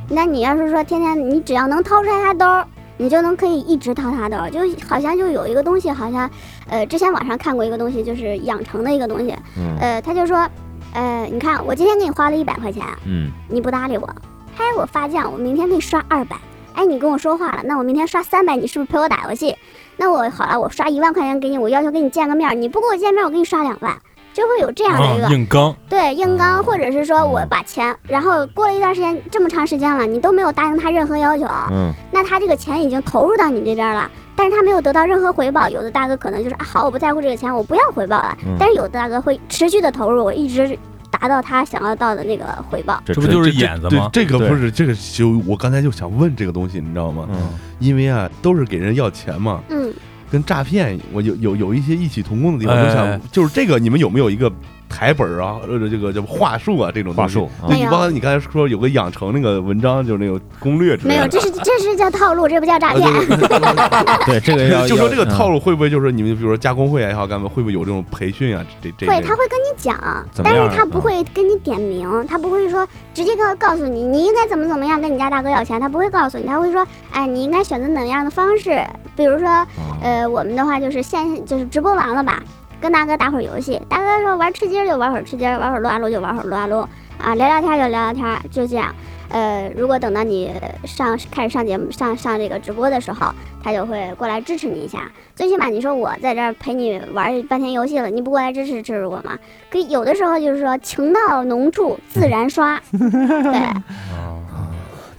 那你要是说天天你只要能掏出来他兜儿，你就能可以一直掏他兜儿，就好像就有一个东西，好像，呃，之前网上看过一个东西，就是养成的一个东西，
嗯
呃，他就说，呃，你看我今天给你花了一百块钱，
嗯
你不搭理我，哎，我发犟，我明天给你刷二百。哎，你跟我说话了，那我明天刷三百，你是不是陪我打游戏？那我好了，我刷一万块钱给你，我要求跟你见个面儿，你不跟我见面儿，我给你刷两万，就会有这样
哦
的一个、
啊硬刚，
嗯
对硬刚，或者是说我把钱，然后过了一段时间，这么长时间了，你都没有答应他任何要求，啊
嗯
那他这个钱已经投入到你这边儿了，但是他没有得到任何回报。有的大哥可能就是、啊、好，我不在乎这个钱，我不要回报了。
嗯
但是有的大哥会持续的投入，我一直达到他想要到的那个回报。
这
这不就是
这
眼子
对
吗，？
这个
对
不是这个就我刚才就想问这个东西，你知道吗？
嗯
因为啊，都是给人要钱嘛，
嗯，
跟诈骗我有有有一些异曲同工的地方。
哎
我想就是这个，你们有没有一个台本啊，或者这个叫话术啊这种东
话
西？
术啊
对。
没
你
有
刚才你刚才说有个养成那个文章，就是那个攻略之类
没有，
的。
这是这是叫套路，这不叫
啊
诈骗。啊
对这个 (laughs) 要
就说这个嗯套
路，
路会不会就是你们比如说加工会啊也好干嘛，会不会有这种培训啊？这这
会，
这
他会跟你讲，
怎么
但
样啊
是他不会跟你点名，他不会说直接告告诉你你应该怎么怎么样跟你家大哥要钱，他不会告诉你，他会说，哎，你应该选择哪样的方式，比如说，
哦
呃，我们的话就是线就是直播完了吧，跟大哥打会儿游戏，大哥说玩吃鸡儿就玩会儿吃鸡儿，玩会儿撸啊撸就玩会儿撸啊撸，啊，聊聊天儿就聊聊天儿，就这样。呃，如果等到你上开始上节目上上这个直播的时候，他就会过来支持你一下。最起码你说我在这儿陪你玩儿半天游戏了，你不过来支持支持我吗？可以有的时候就是说情到浓处自然刷，对，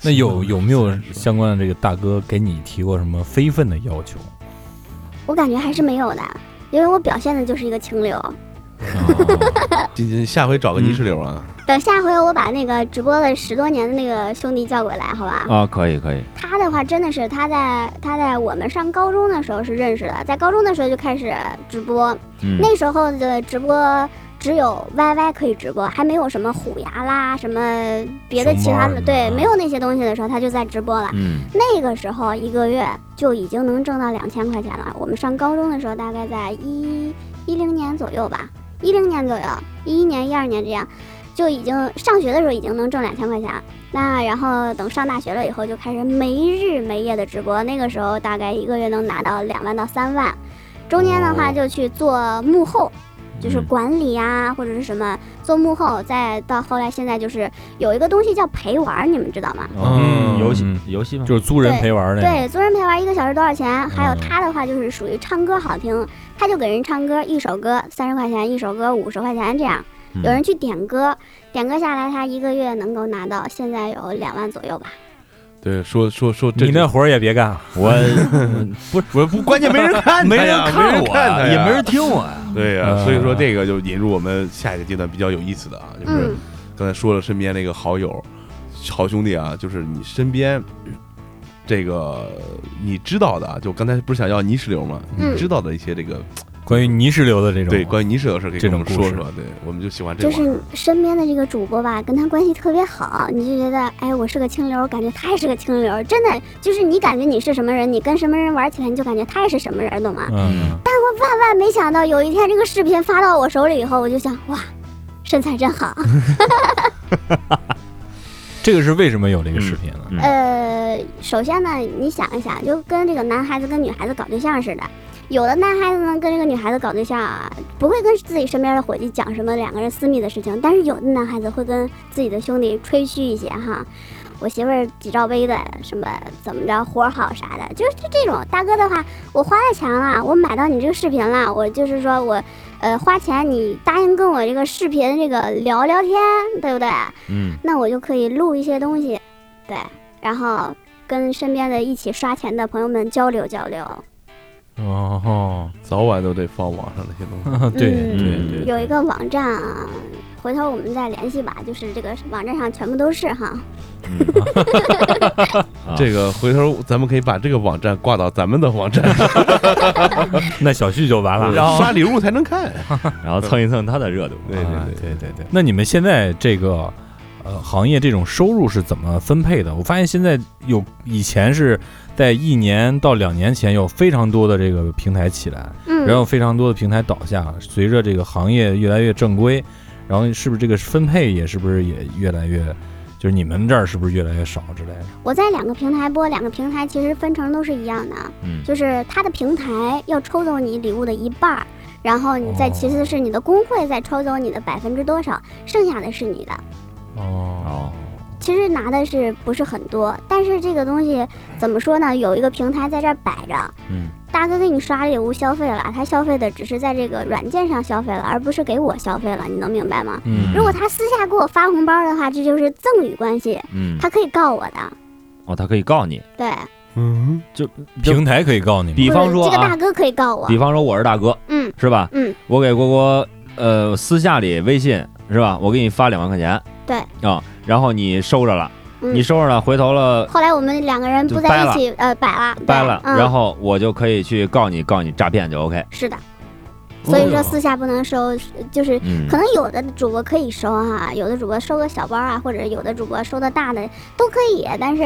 那有有没有相关的这个大哥给你提过什么非分的要求？
嗯
我感觉还是没有的，因为我表现的就是一个清流。
今天下回找个泥石流啊，
等下回我把那个直播了十多年的那个兄弟叫过来，好吧？
啊，可以可以，
他的话真的是他在他在我们上高中的时候是认识的，在高中的时候就开始直播，
嗯
那时候的直播只有 YY 可以直播，还没有什么虎牙啦，什么别的其他
熊
的，
猫啊
对，没有那些东西的时候，他就在直播了。
嗯
那个时候一个月就已经能挣到两千块钱了。我们上高中的时候，大概在一一零年左右吧，一零年左右，一一年、一二年这样，就已经上学的时候已经能挣两千块钱。那然后等上大学了以后，就开始没日没夜的直播。那个时候大概一个月能拿到两万到三万，中间的话就去做幕后，就是
嗯
管理啊或者是什么做幕后，再到后来现在就是有一个东西叫陪玩儿，你们知道吗？
嗯
游戏
嗯
游戏吗？
就是租人陪玩儿那种。
对，租人陪玩一个小时多少钱？还有
嗯
他的话就是属于唱歌好听，他就给人唱歌，一首歌三十块钱，一首歌五十块钱这样。
嗯
有人去点歌，点歌下来他一个月能够拿到现在有两万左右吧。
对，说说说这
你那活儿也别干， (laughs)
我不是
我不关键没人看
没
他
人
呀没
啊
看
人
我
看他
呀，也
呀
没人听我呀，
对呀、
嗯
所以说这个就引入我们下一个阶段比较有意思的啊，就是
嗯，
刚才说了身边那个好友、好兄弟啊，就是你身边这个你知道的啊，就刚才不是想要泥石流吗？
嗯
你知道的一些这个
关于泥石流的这种，
对关于泥石流的事可以跟我们
这种故
说
事
说，对，我们就喜欢这
就
个。
是身边的这个主播吧，跟他关系特别好，你就觉得，哎，我是个清流，感觉他也是个清流，真的就是你感觉你是什么人，你跟什么人玩起来，你就感觉他也是什么人，懂吗？
嗯，
万没想到有一天这个视频发到我手里以后，我就想，哇，身材真好。
这个是为什么有这个视频呢？
呃，首先呢，你想一想，就跟这个男孩子跟女孩子搞对象似的，有的男孩子呢跟这个女孩子搞对象啊，不会跟自己身边的伙计讲什么两个人私密的事情，但是有的男孩子会跟自己的兄弟吹嘘一些哈。我媳妇儿几罩杯的，什么怎么着活儿好啥的，就是就这种大哥的话，我花了钱了，我买到你这个视频了，我就是说我，呃，花钱你答应跟我这个视频这个聊聊天，对不对？
嗯
那我就可以录一些东西，对，然后跟身边的一起刷钱的朋友们交流交流。
哦，
早晚都得放网上那些东西。
对，
对对
嗯
嗯
有一个网站啊，回头我们再联系吧，就是这个网站上全部都是哈。
嗯啊
这个回头咱们可以把这个网站挂到咱们的网站，
那小旭就完了。
然后刷礼物才能看。
然后蹭一蹭他的热度，
对对
啊
对
对对对。那你们现在这个呃行业这种收入是怎么分配的？我发现现在有以前是在一年到两年前有非常多的这个平台起来，
嗯，
然后非常多的平台倒下，随着这个行业越来越正规，然后是不是这个分配也是不是也越来越，就是你们这儿是不是越来越少之类的？
我在两个平台播，两个平台其实分成都是一样的，
嗯
就是它的平台要抽走你礼物的一半儿，然后你再
哦
其次是你的工会再抽走你的百分之多少，剩下的是你的。
啊
哦，
其实拿的是不是很多，但是这个东西怎么说呢？有一个平台在这儿摆着，
嗯，
大哥给你刷礼物消费了，他消费的只是在这个软件上消费了，而不是给我消费了，你能明白吗？
嗯
如果他私下给我发红包的话，这就是赠与关系，
嗯，
他可以告我的。
哦，他可以告你，
对，
嗯，
平台可以告你吗？
比
或者
方说
这个
啊
大，哥可以告我
比。方说我是大哥，
嗯
是吧？
嗯，
我给郭郭呃私下里微信是吧？我给你发两万块钱，
对
啊，然后你收着了，
嗯
你收着了，回头了
后来我们两个人不
就掰
在一
了
起，呃，摆了，对
掰了，
嗯、
然后我就可以去告你告你诈骗就 OK，
是的，所以
哦
说私下不能收，就是
嗯
可能有的主播可以收哈、有的主播收个小包啊，或者有的主播收的大的都可以，但是。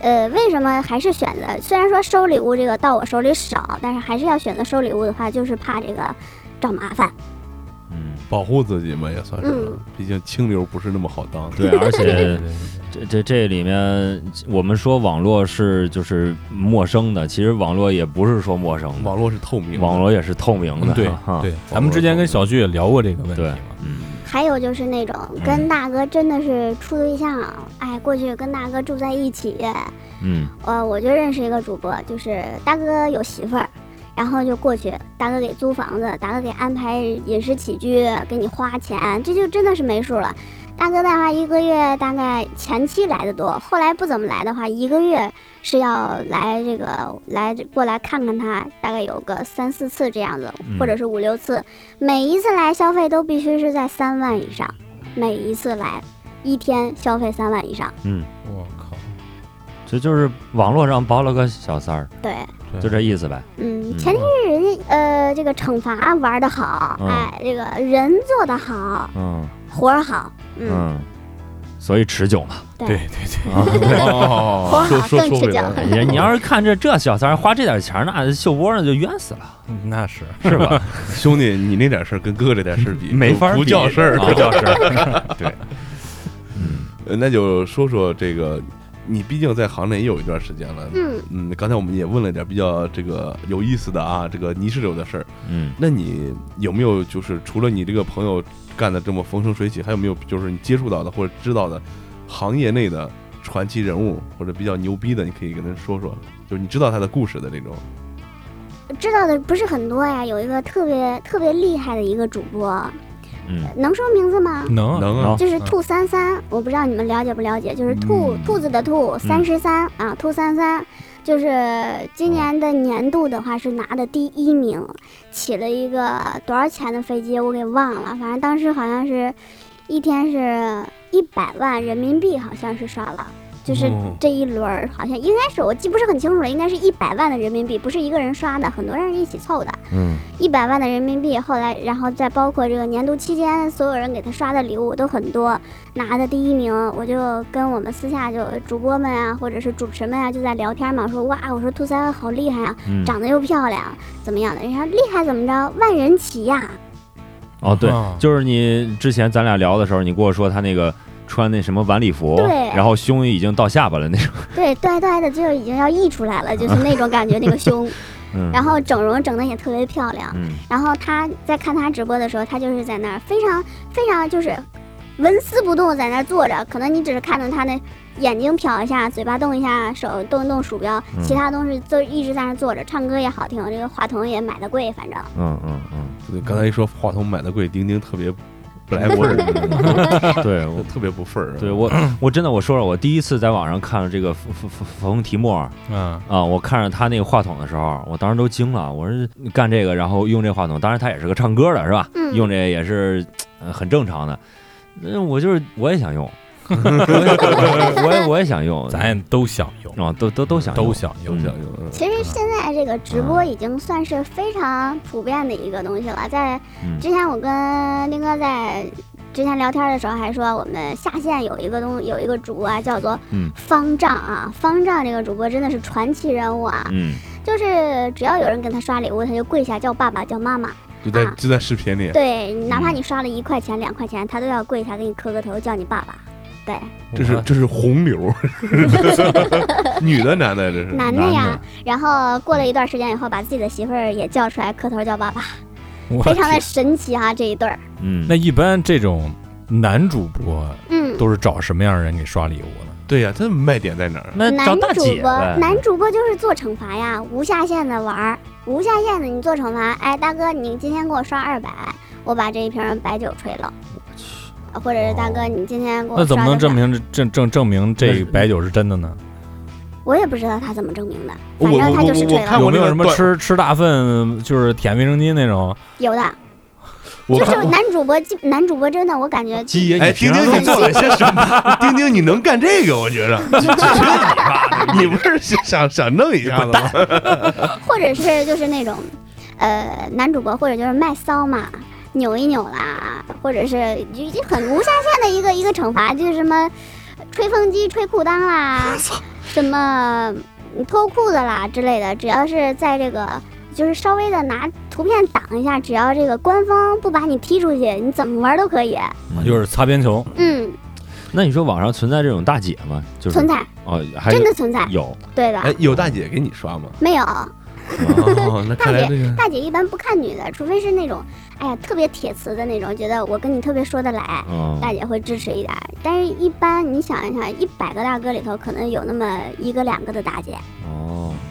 呃，为什么还是选择？虽然说收礼物这个到我手里少，但是还是要选择收礼物的话，就是怕这个找麻烦。
嗯，
保护自己嘛，也算是
嗯，
毕竟清流不是那么好当的。
对，而且
对对对
这这这里面，我们说网络是就是陌生的，其实网络也不是说陌生的，
(laughs) 网嗯络是透明的，
网络也是透明的。
嗯对
哈
对，咱们之前跟小旭也聊过这个问题
对
嘛。，
嗯，
还有就是那种跟大哥真的是处对象，哎，过去跟大哥住在一起，
嗯，
呃，我就认识一个主播，就是大哥有媳妇儿，然后就过去，大哥给租房子，大哥给安排饮食起居，给你花钱，这就真的是没数了。大哥的话，一个月大概前期来的多，后来不怎么来的话，一个月是要来这个来过来看看他，大概有个三四次这样子，或者是五六次，每一次来消费都必须是在三万以上，每一次来一天消费三万以上，
我靠，
这就是网络上包了个小三儿，
对。
就这意思呗。
嗯
嗯，
前提是人家呃，这个惩罚玩的好，
嗯
哎，这个人做的好，
嗯
活儿好，嗯，
嗯，所以持久
(laughs)
嘛。
对
对对对，
啊，
(laughs)
活
哦
儿
说
好
说
更
说
持
回
久
(laughs) 来，
你你要是看这这小三儿花这点钱儿，那秀波那就冤死了，
嗯那是
是吧？
兄弟，你那点事儿跟哥哥这点事儿比
没法儿
不不
比
叫事儿，
啊不叫事儿。
呃 (laughs) 那就说说这个，你毕竟在行内也有一段时间了。
嗯，
嗯，刚才我们也问了点比较这个有意思的啊，这个泥石流的事儿。
嗯，
那你有没有就是除了你这个朋友干的这么风生水起，还有没有就是你接触到的或者知道的行业内的传奇人物或者比较牛逼的，你可以跟他说说，就是你知道他的故事的那种。
知道的不是很多呀。有一个特别特别厉害的一个主播，
嗯
能说名字吗？
能
能
啊
啊，
就是兔三三，我不知道你们了解不了解，就是兔
嗯
兔子的兔三十三啊，兔三三。就是
嗯
今年的年度的话是拿的第一名，起了一个多少钱的飞机我给忘了，反正当时好像是一天是一百万人民币，好像是刷了，就是
哦
这一轮儿好像应该是我记不是很清楚了，应该是一百万的人民币，不是一个人刷的，很多人一起凑的。
嗯
一百万的人民币，后来然后再包括这个年度期间，所有人给他刷的礼物都很多，拿的第一名，我就跟我们私下就主播们啊，或者是主持们啊，就在聊天嘛，说哇，我说兔三好厉害啊，
嗯，
长得又漂亮，怎么样的？人家厉害怎么着？万人啊骑呀、
哦
嗯
对，
啊
就是你之前咱俩聊的时候，你跟我说他那个穿那什么晚礼服，
对
然后胸已经到下巴了那种，
对，呆呆的就已经要溢出来了，就是那种感觉，那个胸，
嗯，
然后整容整的也特别漂亮。
嗯
然后他在看他直播的时候，他就是在那儿非常非常就是纹丝不动，在那儿坐着。可能你只是看到他的眼睛瞟一下，嘴巴动一下，手动一动鼠标，
嗯
其他东西都一直在那儿坐着。唱歌也好听，这个话筒也买的贵，反正
嗯嗯嗯，
对，刚才一说话筒买的贵，丁丁特别不来
(laughs)
味儿，
对
(laughs)
我
特别不份儿。啊
对我我真的我说了，我第一次在网上看了这个冯冯冯冯提莫尔
嗯
啊，我看着他那个话筒的时候，我当时都惊了，我说你干这个，然后用这话筒，当然他也是个唱歌的是吧？(laughs)
嗯
用这也是呃很正常的，那我就是我也想用，我也我也想用，
咱也都想用，
啊都都都想用
都想
有
用，
奖有嗯
其实现在这个直播已经算是非常普遍的一个东西了。在
嗯
之前，我跟林哥在之前聊天的时候还说，我们下线有一个东有一个主播啊，叫做
嗯
方丈啊，方丈这个主播真的是传奇人物啊，
嗯，
就是只要有人给他刷礼物，他就跪下叫爸爸叫妈妈，
就在
啊
就在视
(laughs)
频里，
对，哪怕你刷了一块钱两块钱，他都要跪下给你磕个头叫你爸爸。对，
这是这是红流， (laughs) 女的嗯男的这是
男的
男
呀
的。
然后过了一段时间以后，把自己的媳妇儿也叫出来磕头叫爸爸，
我
非常的
天
神奇哈、这一对儿。
嗯，
那一般这种男主播
嗯，
都是找什么样的人给刷礼物呢？
对呀，他卖点在哪儿？
那
男
找大
主
姐
播
呗，，
男主播就是做惩罚呀，无下限的玩儿，无下限的你做惩罚。哎，大哥，你今天给我刷二百，我把这一瓶白酒吹了。或者是大哥，你今天给我
那怎么
刷
能
个
证
啥？
明这证证证明
那
这
是
白酒是真的呢？
我也不知道他怎么证明的，
我我
反正他
我
就是吹
我看
了。
过
有
那
没
个
有什么
段？
吃吃大粪就是舔卫生巾那种？
有的，
我
就
看
是男主播，基男主播真的，我感觉
鸡爷，
哎，
平
丁
常
丁
都
你做了些什么？ (laughs) 丁丁你能干这个？我觉 (laughs) 着， (laughs) 你不是想想想弄一下子吗？
或者是就是那种，呃，男主播或者就是卖骚嘛，扭一扭啦，或者是已经很无下限的一个一个惩罚，就是什么吹风机吹裤裆啦，什么嗯脱裤子啦之类的，只要是在这个。就是稍微的拿图片挡一下，只要这个官方不把你踢出去，你怎么玩都可以。
嗯
就是擦边球，
嗯，
那你说网上存在这种大姐吗？就是
存在，
哦，还
真
是
的存在，
有
对吧？
哎，有大姐给你刷吗？
没有，
哦，那看来这个
大姐一般不看女的，除非是那种，哎呀，特别铁磁的那种，觉得我跟你特别说得来，
嗯
哦
大姐会支持一点儿。但是，一般你想一想，一百个大哥里头，可能有那么一个两个的大姐。
哦，
哎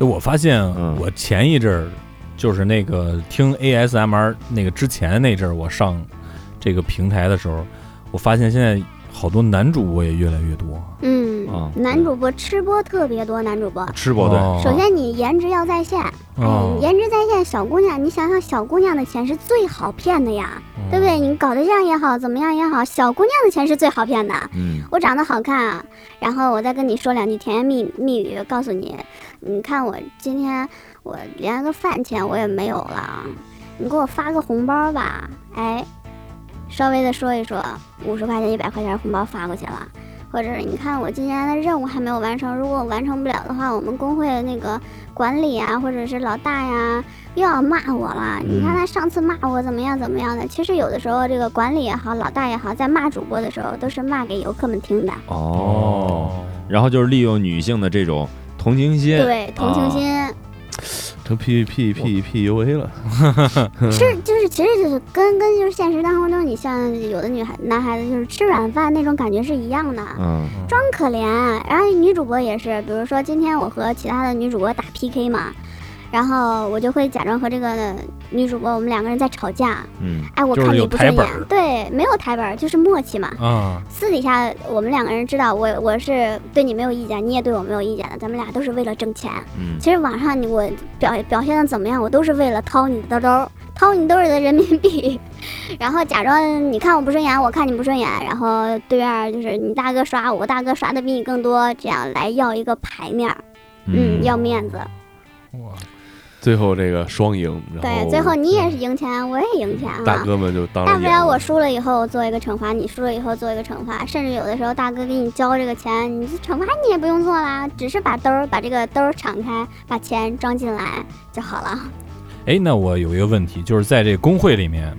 我发现
嗯
我前一阵儿就是那个听 ASMR 那个之前那阵儿，我上这个平台的时候，我发现现在好多男主播也越来越多。
嗯，
啊
男主播吃播特别多，男主播。
吃不对，
哦
首先，你颜值要在线，
哦
哎，颜值在线，小姑娘，你想想，小姑娘的钱是最好骗的呀，
哦
对不对？你搞对象也好，怎么样也好，小姑娘的钱是最好骗的。
嗯，
我长得好看啊，然后我再跟你说两句甜言蜜蜜语，告诉你，你看我今天我连个饭钱我也没有了，你给我发个红包吧，哎，稍微的说一说，五十块钱、一百块钱红包发过去了，或者是你看我今年的任务还没有完成，如果我完成不了的话，我们工会的那个管理啊，或者是老大呀，又要骂我了。你看他上次骂我怎么样怎么样的，其实有的时候这个管理也好，老大也好，在骂主播的时候，都是骂给游客们听的。
哦，然后就是利用女性的这种同情心，
对，同情心、
哦
成 P P P P U A 了。
是就是，其实就是跟跟就是现实当中，你像有的女孩男孩子就是吃软饭那种感觉是一样的，
嗯
装可怜。然后女主播也是，比如说今天我和其他的女主播打 PK 嘛，然后我就会假装和这个女主播我们两个人在吵架，
嗯
哎，我
就是
看你
有
不
台
顺
本
眼
儿，
对，没有台本儿，就是默契嘛。
啊，
私底下我们两个人知道我我是对你没有意见，你也对我没有意见的，咱们俩都是为了挣钱。
嗯，
其实网上你我表表现的怎么样，我都是为了掏你的兜，掏你兜里的人民币， (laughs) 然后假装你看我不顺眼，我看你不顺眼，然后对面儿就是你大哥刷我，大哥刷的比你更多，这样来要一个牌面儿，嗯，要面子。
哇
最后这个双赢，然
对，最后你也是赢钱，我也赢钱啊。
哦大哥们就当
大
了
不
演
了我输了以后我做一个惩罚，你输了以后做一个惩罚，甚至有的时候大哥给你交这个钱，你这惩罚你也不用做啦，只是把兜儿把这个兜儿敞开，把钱装进来就好了。
哎，那我有一个问题，就是在这工会里面，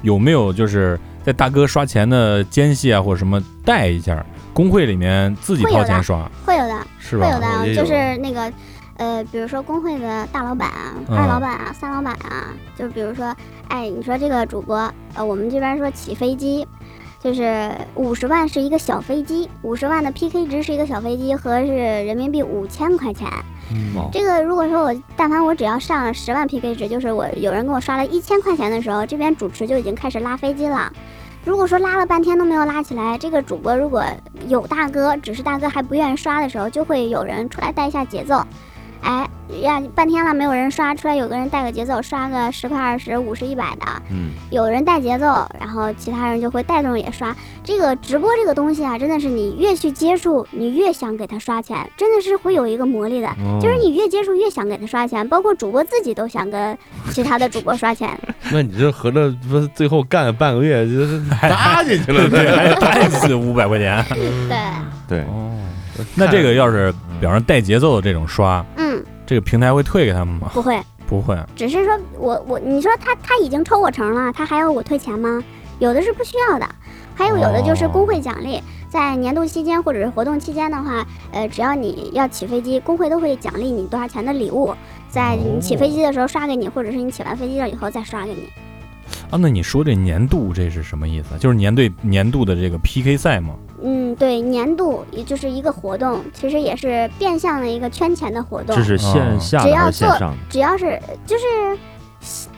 有没有就是在大哥刷钱的间隙啊，或者什么带一下？工会里面自己
会有
掏
的
钱刷
会有的，
是
会
吧？
有的，
也
就
有
是那个，呃，比如说工会的大老板啊、
嗯
二老板啊、三老板啊，就比如说，哎，你说这个主播，呃，我们这边说起飞机，就是五十万是一个小飞机，五十万的 PK 值是一个小飞机，合是人民币五千块钱。
哦
这个如果说我但凡我只要上了十万 PK 值，就是我有人给我刷了一千块钱的时候，这边主持就已经开始拉飞机了。如果说拉了半天都没有拉起来，这个主播如果有大哥，只是大哥还不愿意刷的时候，就会有人出来带一下节奏。哎，呀，半天了没有人刷，出来有个人带个节奏，刷个十块、二十、五十、一百的，
嗯，
有人带节奏，然后其他人就会带动也刷。这个直播这个东西啊，真的是你越去接触，你越想给他刷钱，真的是会有一个魔力的，
嗯
就是你越接触越想给他刷钱，包括主播自己都想跟其他的主播刷钱。
哦那你这合着不是最后干了半个月，就是搭进
(laughs)
去了，
(laughs) 对，还带四五百块钱。
对，
对，
哦，那这个要是比方说带节奏的这种刷，
嗯，
这个平台会退给他们吗？
不会，
不会，啊
只是说我我你说他他已经抽我成了，他还要我退钱吗？有的是不需要的，还有有的就是工会奖励，在年度期间或者是活动期间的话，呃，只要你要起飞机，工会都会奖励你多少钱的礼物，在你起飞机的时候刷给你，或者是你起完飞机了以后再刷给你。
啊，那你说这年度这是什么意思？啊就是年对年度的这个 PK 赛吗？
嗯，对，年度也就是一个活动，其实也是变相的一个圈钱的活动
这。是线下
只
的
要
还是线
做
上的？
只要是就是，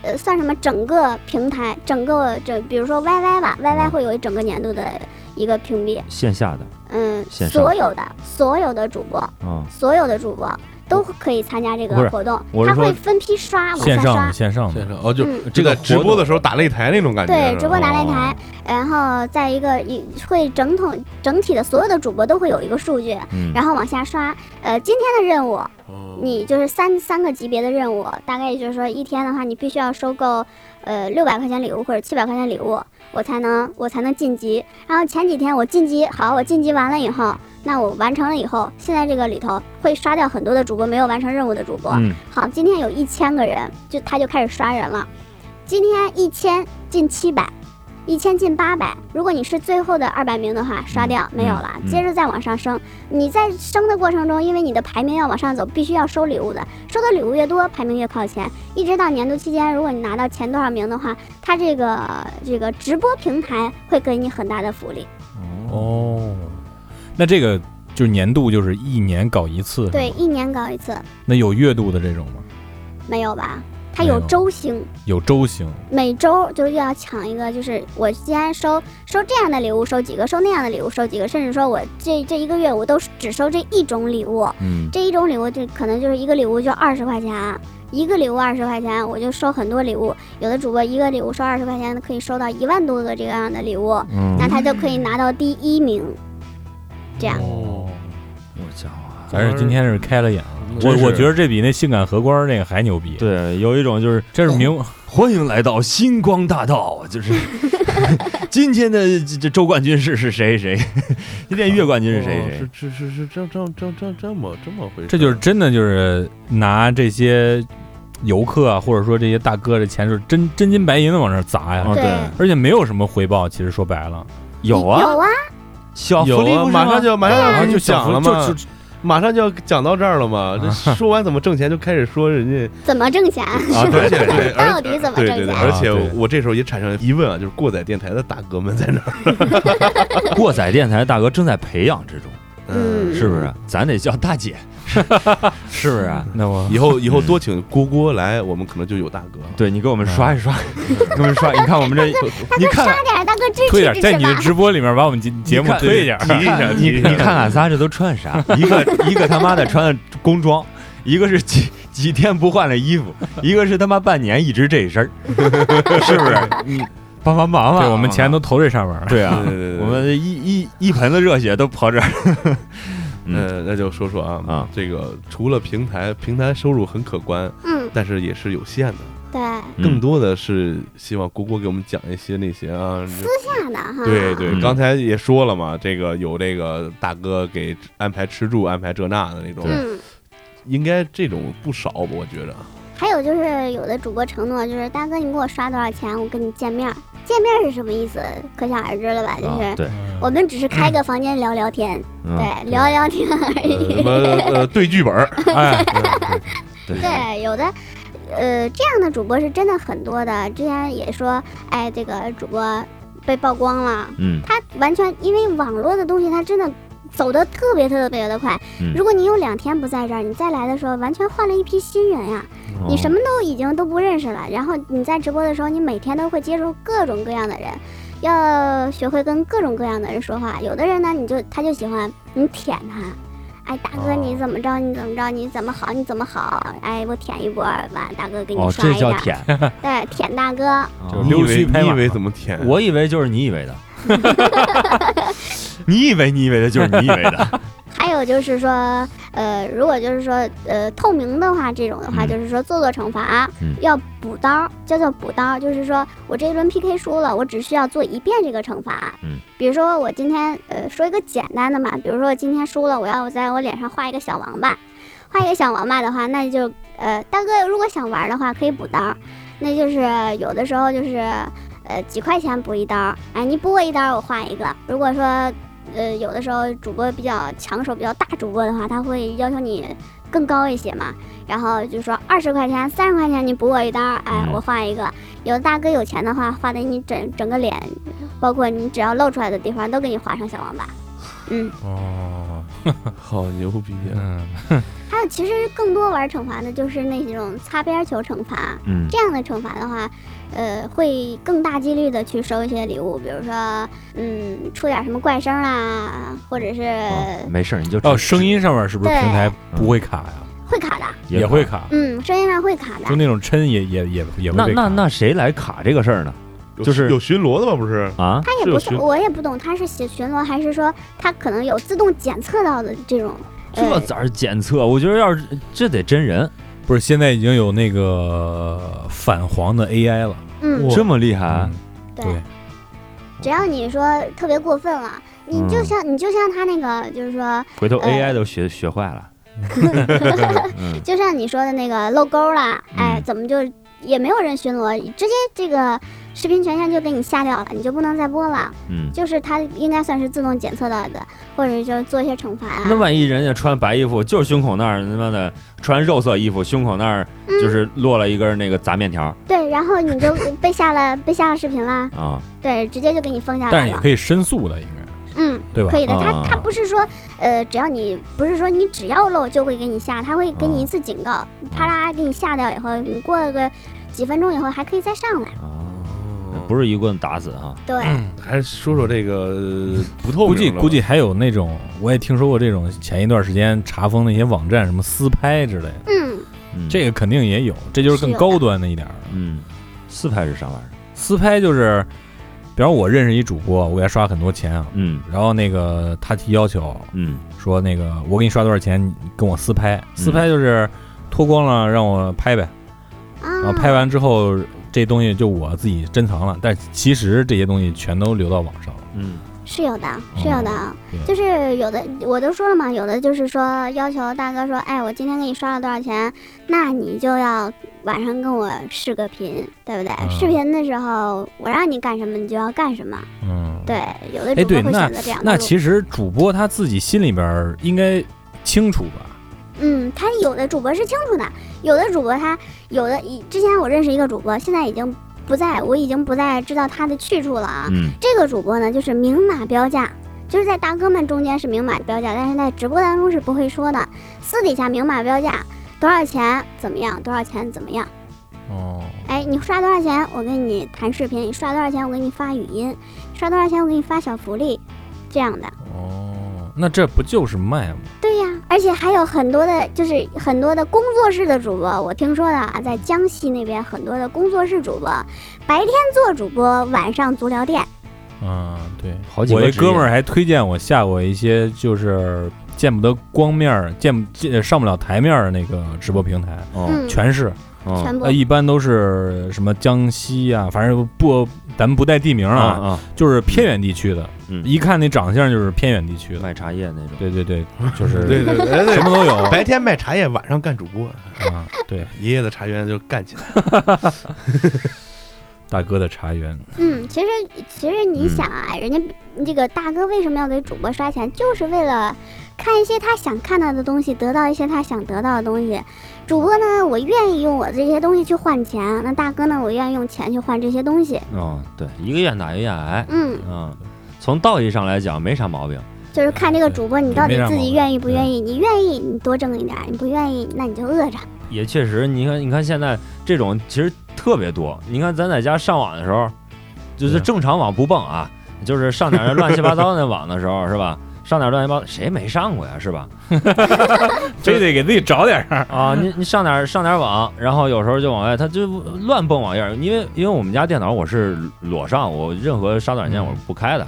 呃，算什么整个平台，整个整，比如说 YY
嗯
吧，YY 会有一整个年度的一个屏蔽，
线下的
嗯，
线上
所有的所有的主播，
嗯
啊，
所有的主播都可以参加这
不是
个活动，
我是
他
说
会分批刷，往
线
下
上
刷
的，。线上
线
的
上哦，就
嗯
就在直播
的
的时候打擂台那种感觉，
对，
是吧
直播拿擂
哦
台，然后在一个一会整统整体的所有的主播都会有一个数据，
嗯，
然后往下刷。呃，今天的任务
哦
你就是三三个级别的任务，大概也就是说一天的话，你必须要收购，呃，六百块钱礼物或者七百块钱礼物，我才能我才能晋级。然后前几天我晋级，好，我晋级完了以后，那我完成了以后，现在这个里头会刷掉很多的主播没有完成任务的主播。
嗯，
好，今天有一千个人，就他就开始刷人了。今天一千进七百，一千进八百。如果你是最后的二百名的话，刷掉、没有了，
嗯
接着再往上升。你在升的过程中，因为你的排名要往上走，必须要收礼物的，收的礼物越多，排名越靠前。一直到年度期间，如果你拿到前多少名的话，它这个这个直播平台会给你很大的福利。
哦，那这个就是年度就是一年搞一次，
对，，一年搞一次，
那有月度的这种吗？
没有吧？它
没
有
有
周星。
有周星，
每周就又要抢一个，就是我今天收收这样的礼物收几个，收那样的礼物收几个，甚至说我这这一个月我都只收这一种礼物，
嗯，
这一种礼物就可能就是一个礼物就二十块钱，一个礼物二十块钱，我就收很多礼物。有的主播一个礼物收二十块钱，可以收到一万多个这样的礼物，
嗯
那他就可以拿到第一名。这样，
哦，
我家伙啊，
还是今天是开了眼了。我
真是
我觉得这比那性感荷官那个还牛逼，，
对，有一种就是
这是明
欢迎来到星光大道，就是 (laughs) 今天的这这周冠军是是谁谁， (laughs) 今天月冠军是谁谁
哦是，是是是这这这这这么这么回事，
这就是真的就是拿这些游客啊，或者说这些大哥的钱，就是真真金白银的往那儿砸呀，
哦
对
对，
而且没有什么回报。其实说白了，
有啊
有，啊，
小福利
有啊，
不是
马
吗
上就马上
就
讲了
嘛，
嘛，马上就要讲到这儿了嘛，这 (laughs) 说完怎么挣钱就开始说人家
怎么挣钱？
啊，对对
(laughs)
对，而
到底怎么
对
挣
对对，
钱？
而且
啊对
我这时候也产生疑问啊，就是过载电台的大哥们在哪儿？
过载电台大哥正在培养之中，
嗯
是不是？咱得叫大姐，是不是啊？
嗯那我
以后以后多请郭郭来，我们可能就有大哥了。
对你给我们刷一刷， (laughs) 给我们刷，你看我们这，你看
刷点儿大哥支
推点
持支
儿在
持
你的
吧！
直播里面把我们节节目
你看
推一下儿，
提一 (laughs) 下，
你
提一
你
下
看俺仨这都穿啥？一个一个他妈的穿的工装，一个是几几天不换的衣服，一个是他妈半年一直这一身儿，是不是？你帮帮忙吧！
对我们钱都投这上面了。
对啊
对，对对，
我们一一一盆子热血都跑这儿。嗯
呃，那就说说啊
啊
这个除了平台，平台收入很可观，
嗯，
但是也是有限的。
对，
更多的是希望郭郭给我们讲一些那些啊，
这样的哈。
对对，
嗯
刚才也说了嘛，这个有这个大哥给安排吃住，安排这那的那种，
嗯。
应该这种不少，我觉着。
还有就是，有的主播承诺就是大哥，你给我刷多少钱，我跟你见面儿。见面儿是什么意思？可想而知了吧？就是、
啊，对，
我们只
(clears throat)
是开个房间聊聊天，
嗯
对，聊聊天而
呃什
已。
么呃对剧本儿， (laughs)
哎，
对
对，有的，呃，这样的主播是真的很多的。之前也说，哎，这个主播被曝光了，
嗯，
他完全因为网络的东西，他真的。走的特别特别的快
嗯，
如果你有两天不在这儿，你再来的时候，完全换了一批新人呀、
哦
你什么都已经都不认识了，然后你在直播的时候，你每天都会接触各种各样的人，要学会跟各种各样的人说话。有的人呢，你就他就喜欢你舔他，哎，大
哦
哥你怎么着？你怎么着？你怎么好？你怎么好？哎，我舔一波吧，大哥给你
哦，
刷
这
一下。
叫舔，
对，舔大哥，
哦
你以
溜
为
须拍
你以
马
为怎么舔？
(laughs) 我以为就是你以为 (laughs) 的，你以为你以为的就是你以为的，
还有就是说，呃，如果就是说，呃，透明的话，这种的话，
嗯
就是说做做惩罚，
嗯
要补刀，叫做补刀，就是说我这一轮 PK 输了，我只需要做一遍这个惩罚。
嗯，
比如说我今天，呃，说一个简单的嘛，比如说我今天输了，我要在我脸上画一个小王八，画一个小王八的话，那就，呃，大哥如果想玩的话，可以补刀，那就是有的时候就是。呃，几块钱补一刀，哎，你补我一刀，我画一个。如果说呃，有的时候主播比较抢手、比较大主播的话，他会要求你更高一些嘛。然后就说二十块钱、三十块钱你补我一刀，哎，
嗯
我画一个。有的大哥有钱的话，画的你整整个脸，包括你只要露出来的地方，都给你画上小王八。嗯，
哦，
好牛逼啊！
嗯，
还有其实更多玩惩罚的就是那种擦边球惩罚，
(laughs) 嗯
这样的惩罚的话，呃，会更大几率的去收一些礼物，比如说，嗯，出点什么怪声啊，或者是
哦没事儿，你就
哦，
只
声音上面是不是
对
平台不会卡呀？
会卡的。
嗯也会。卡，
嗯，声音上会卡的
就。那种抻也也也也
那
会被卡。
那那谁来卡这个事儿呢？
有
就是
有巡逻的吧？不是，
啊，
他也
是
不
有
是，
巡
我也不懂，他是写巡逻还是说他可能有自动检测到的这种？
这
呃、
咋儿检测？我觉得要是这得真人，
不是现在已经有那个反黄的 AI 了
嗯，
这么厉害啊
嗯？
对
对，
只要你说特别过分了，你就像、你就像他那个，就是说，
回头
呃
AI 都学学坏了。
(laughs)
(laughs)
嗯
就像你说的那个漏钩啦，哎，
嗯
怎么就也没有人巡逻，直接这个视频权限就给你下掉了，你就不能再播了。
嗯，
就是他应该算是自动检测到的，或者就是做一些惩罚啊。
那万一人家穿白衣服，就是胸口那儿他妈的穿肉色衣服，胸口那儿就是落了一根那个杂面条
对，然后你就被下了 (laughs) 被下了视频啦，
啊，
对，直接就给你封下
但
来
是也
了。
可以申诉的，应该
嗯，
对吧
可？以的，
啊
他他不是说，呃，只要你不是说你只要漏就会给你下，他会给你一次警
啊
告，啪啦给你下掉以后，你过了个几分钟以后还可以再上来。
啊，不是一棍打死啊，
对，
嗯
还说说这 (laughs) 个呃不透
估
明
计
了吧
估计还有那种，我也听说过这种，前一段时间查封那些网站什么私拍之类的，
嗯，
嗯
这个肯定也有，这就是更高端的一点儿了。
嗯，四拍是啥玩意儿？
私拍就是，比方我认识一主播，我给他刷很多钱啊，
嗯
然后那个他提要求
嗯
说那个我给你刷多少钱，你跟我私拍，私拍就是脱光了让我拍呗，然后
啊，
拍完之后这东西就我自己珍藏了，但其实这些东西全都流到网上了。
嗯
是有的，是有的，
哦
啊
对
就是有的我都说了嘛，有的就是说要求大哥说，哎，我今天给你刷了多少钱，那你就要晚上跟我视个频，对不对？
嗯
视频的时候我让你干什么，你就要干什么。
嗯，
对，有的
哎
主播
对
会选择这样的
那
路。
其实主播他自己心里边儿应该清楚吧？
嗯，他有的主播是清楚的，有的主播他有的以之前我认识一个主播，现在已经不在，我已经不再知道他的去处了啊。
嗯
这个主播呢，就是明码标价，就是在大哥们中间是明码标价，但是在直播当中是不会说的，私底下明码标价多少钱怎么样，多少钱怎么样。
哦，
哎，你刷多少钱，我给你弹视频；你刷多少钱，我给你发语音；刷多少钱，我给你发小福利，这样的。
哦，那这不就是卖吗？
对呀、而且还有很多的，就是很多的工作室的主播，我听说的啊，在江西那边很多的工作室主播，白天做主播，晚上足疗店。
嗯，对，
好几
我
个
一
职
哥
业
们儿还推荐我下过一些就是见不得光面儿、见不见上不了台面儿的那个直播平台，
哦
嗯，
全是
哦
全部
呃，一般都是什么江西啊，反正不，咱们不带地名
啊
啊，
啊，
就是偏远地区的，
嗯
一看那长相就是偏远地区的。
卖茶叶那种，
对对对，就是
对 (laughs) 对对对
什么都有
白天卖茶叶，晚上干主播，
啊。 (laughs) 对，
爷爷的茶园就干起来了。
大哥的茶园，
嗯，其实其实你
嗯
想啊，人家这个大哥为什么要给主播刷钱，就是为了看一些他想看到的东西，得到一些他想得到的东西。主播呢，我愿意用我这些东西去换钱，那大哥呢，我愿意用钱去换这些东西。
哦，对，一个愿打一个愿挨，
嗯，
嗯，从道义上来讲没啥毛病，
就是看这个主播你到底自己愿意不愿意。
对
你愿意，你多挣一点儿；你不愿意，那你就饿着。
也确实，你看，你看现在这种其实特别多。你看咱在家上网的时候，就是
对
正常网不蹦啊，就是上点儿乱七八糟的网的时候，是吧？上哪儿乱七八糟，谁没上过呀，是吧？
非得给自己找点儿。
啊，你你上哪儿上哪儿网，然后有时候就往外，他就乱蹦网页儿，因为因为我们家电脑我是裸上，我任何杀毒软
嗯
件我是不开的，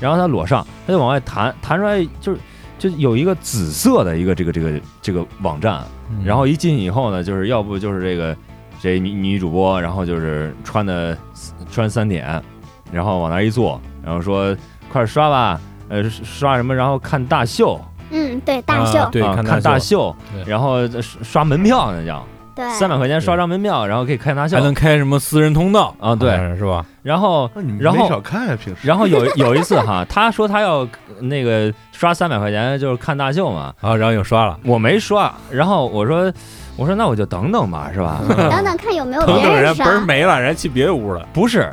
然后他裸上，他就往外弹，弹出来就是就有一个紫色的一个这个这个这个网站，
嗯
然后一进去以后呢，就是要不就是这个这女女主播，然后就是穿的穿三点，然后往那儿一坐，然后说快刷吧，呃刷什么，然后看大秀，
嗯，对，大
啊
秀，
对
啊
看
看
大
大秀
对，
然后刷刷门票那叫。
对，
三百块钱刷张门票，然后可以看大秀
还。能开什么私人通道
啊对
好像是吧？
然后，
那你们
然后
没少看呀，平时。
然后有有一次哈，他说他要呃那个刷三百块钱就是看大秀嘛，
啊，然后又刷了，
哦
我没刷。然后我说我说那我就等等吧，是吧？
等等看有没有
等
别
等人
人
不是
上，
没了，人家去别的屋了。
不是。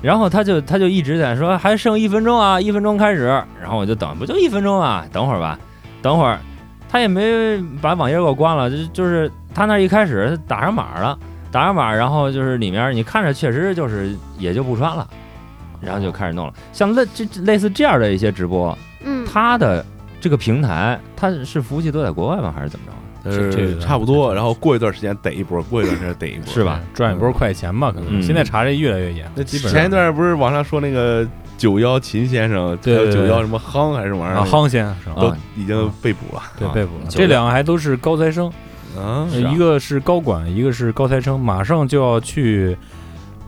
然后他就他就一直在说还剩一分钟啊，一分钟开始。然后我就等，不就一分钟啊？等会儿吧，等会儿。他也没把网页给我关了，就就是他那一开始打上码了，打上码，然后就是里面你看着确实就是也就不穿了，然后就开始弄了。像类这这类似这样的一些直播，
嗯，
它的这个平台，它是服务器都在国外吗？还是怎么着？
这这
呃，
个
差不多，然后过一段时间逮一波，过一段时间逮一波，
是吧？
赚一波快钱吧，可能
嗯
现在查这越来越严。
那
嗯基本上
前一段不是网上说那个九幺秦先生，
对对对
九幺什么夯还是什么玩意
啊，
儿，
夯先生
啊
啊
都已经被捕了
对
啊
被捕了，
九
这两个还都是高材生，
啊
呃
是啊
一个是高管，一个是高材生，马上就要去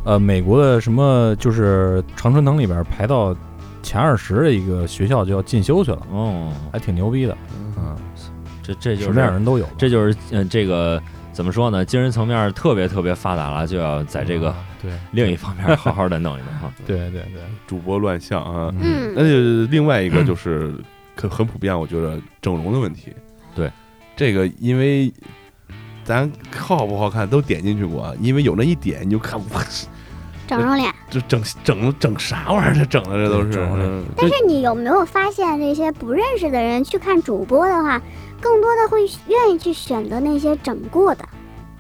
呃美国的什么就是常春藤里边排到前二十的一个学校就要进修去了，
哦，
还挺牛逼的，嗯，
这这
什
就
么样
是
人都有了，
这就是嗯、呃这个怎么说呢？精神层面特别特别发达了，就要在这个
啊对
另一方面好好的弄一弄哈。
(laughs) 对对对，
主播乱象啊。
嗯
嗯
那就另外一个就是可很普遍，我觉得整容的问题。
对，
这个因为咱好不好看都点进去过，因为有那一点你就看，哇，
整容脸。
这整整整啥玩意儿？这整的这都是
对整容脸
嗯
但是你有没有发现，这些不认识的人去看主播的话，更多的会愿意去选择那些整过的。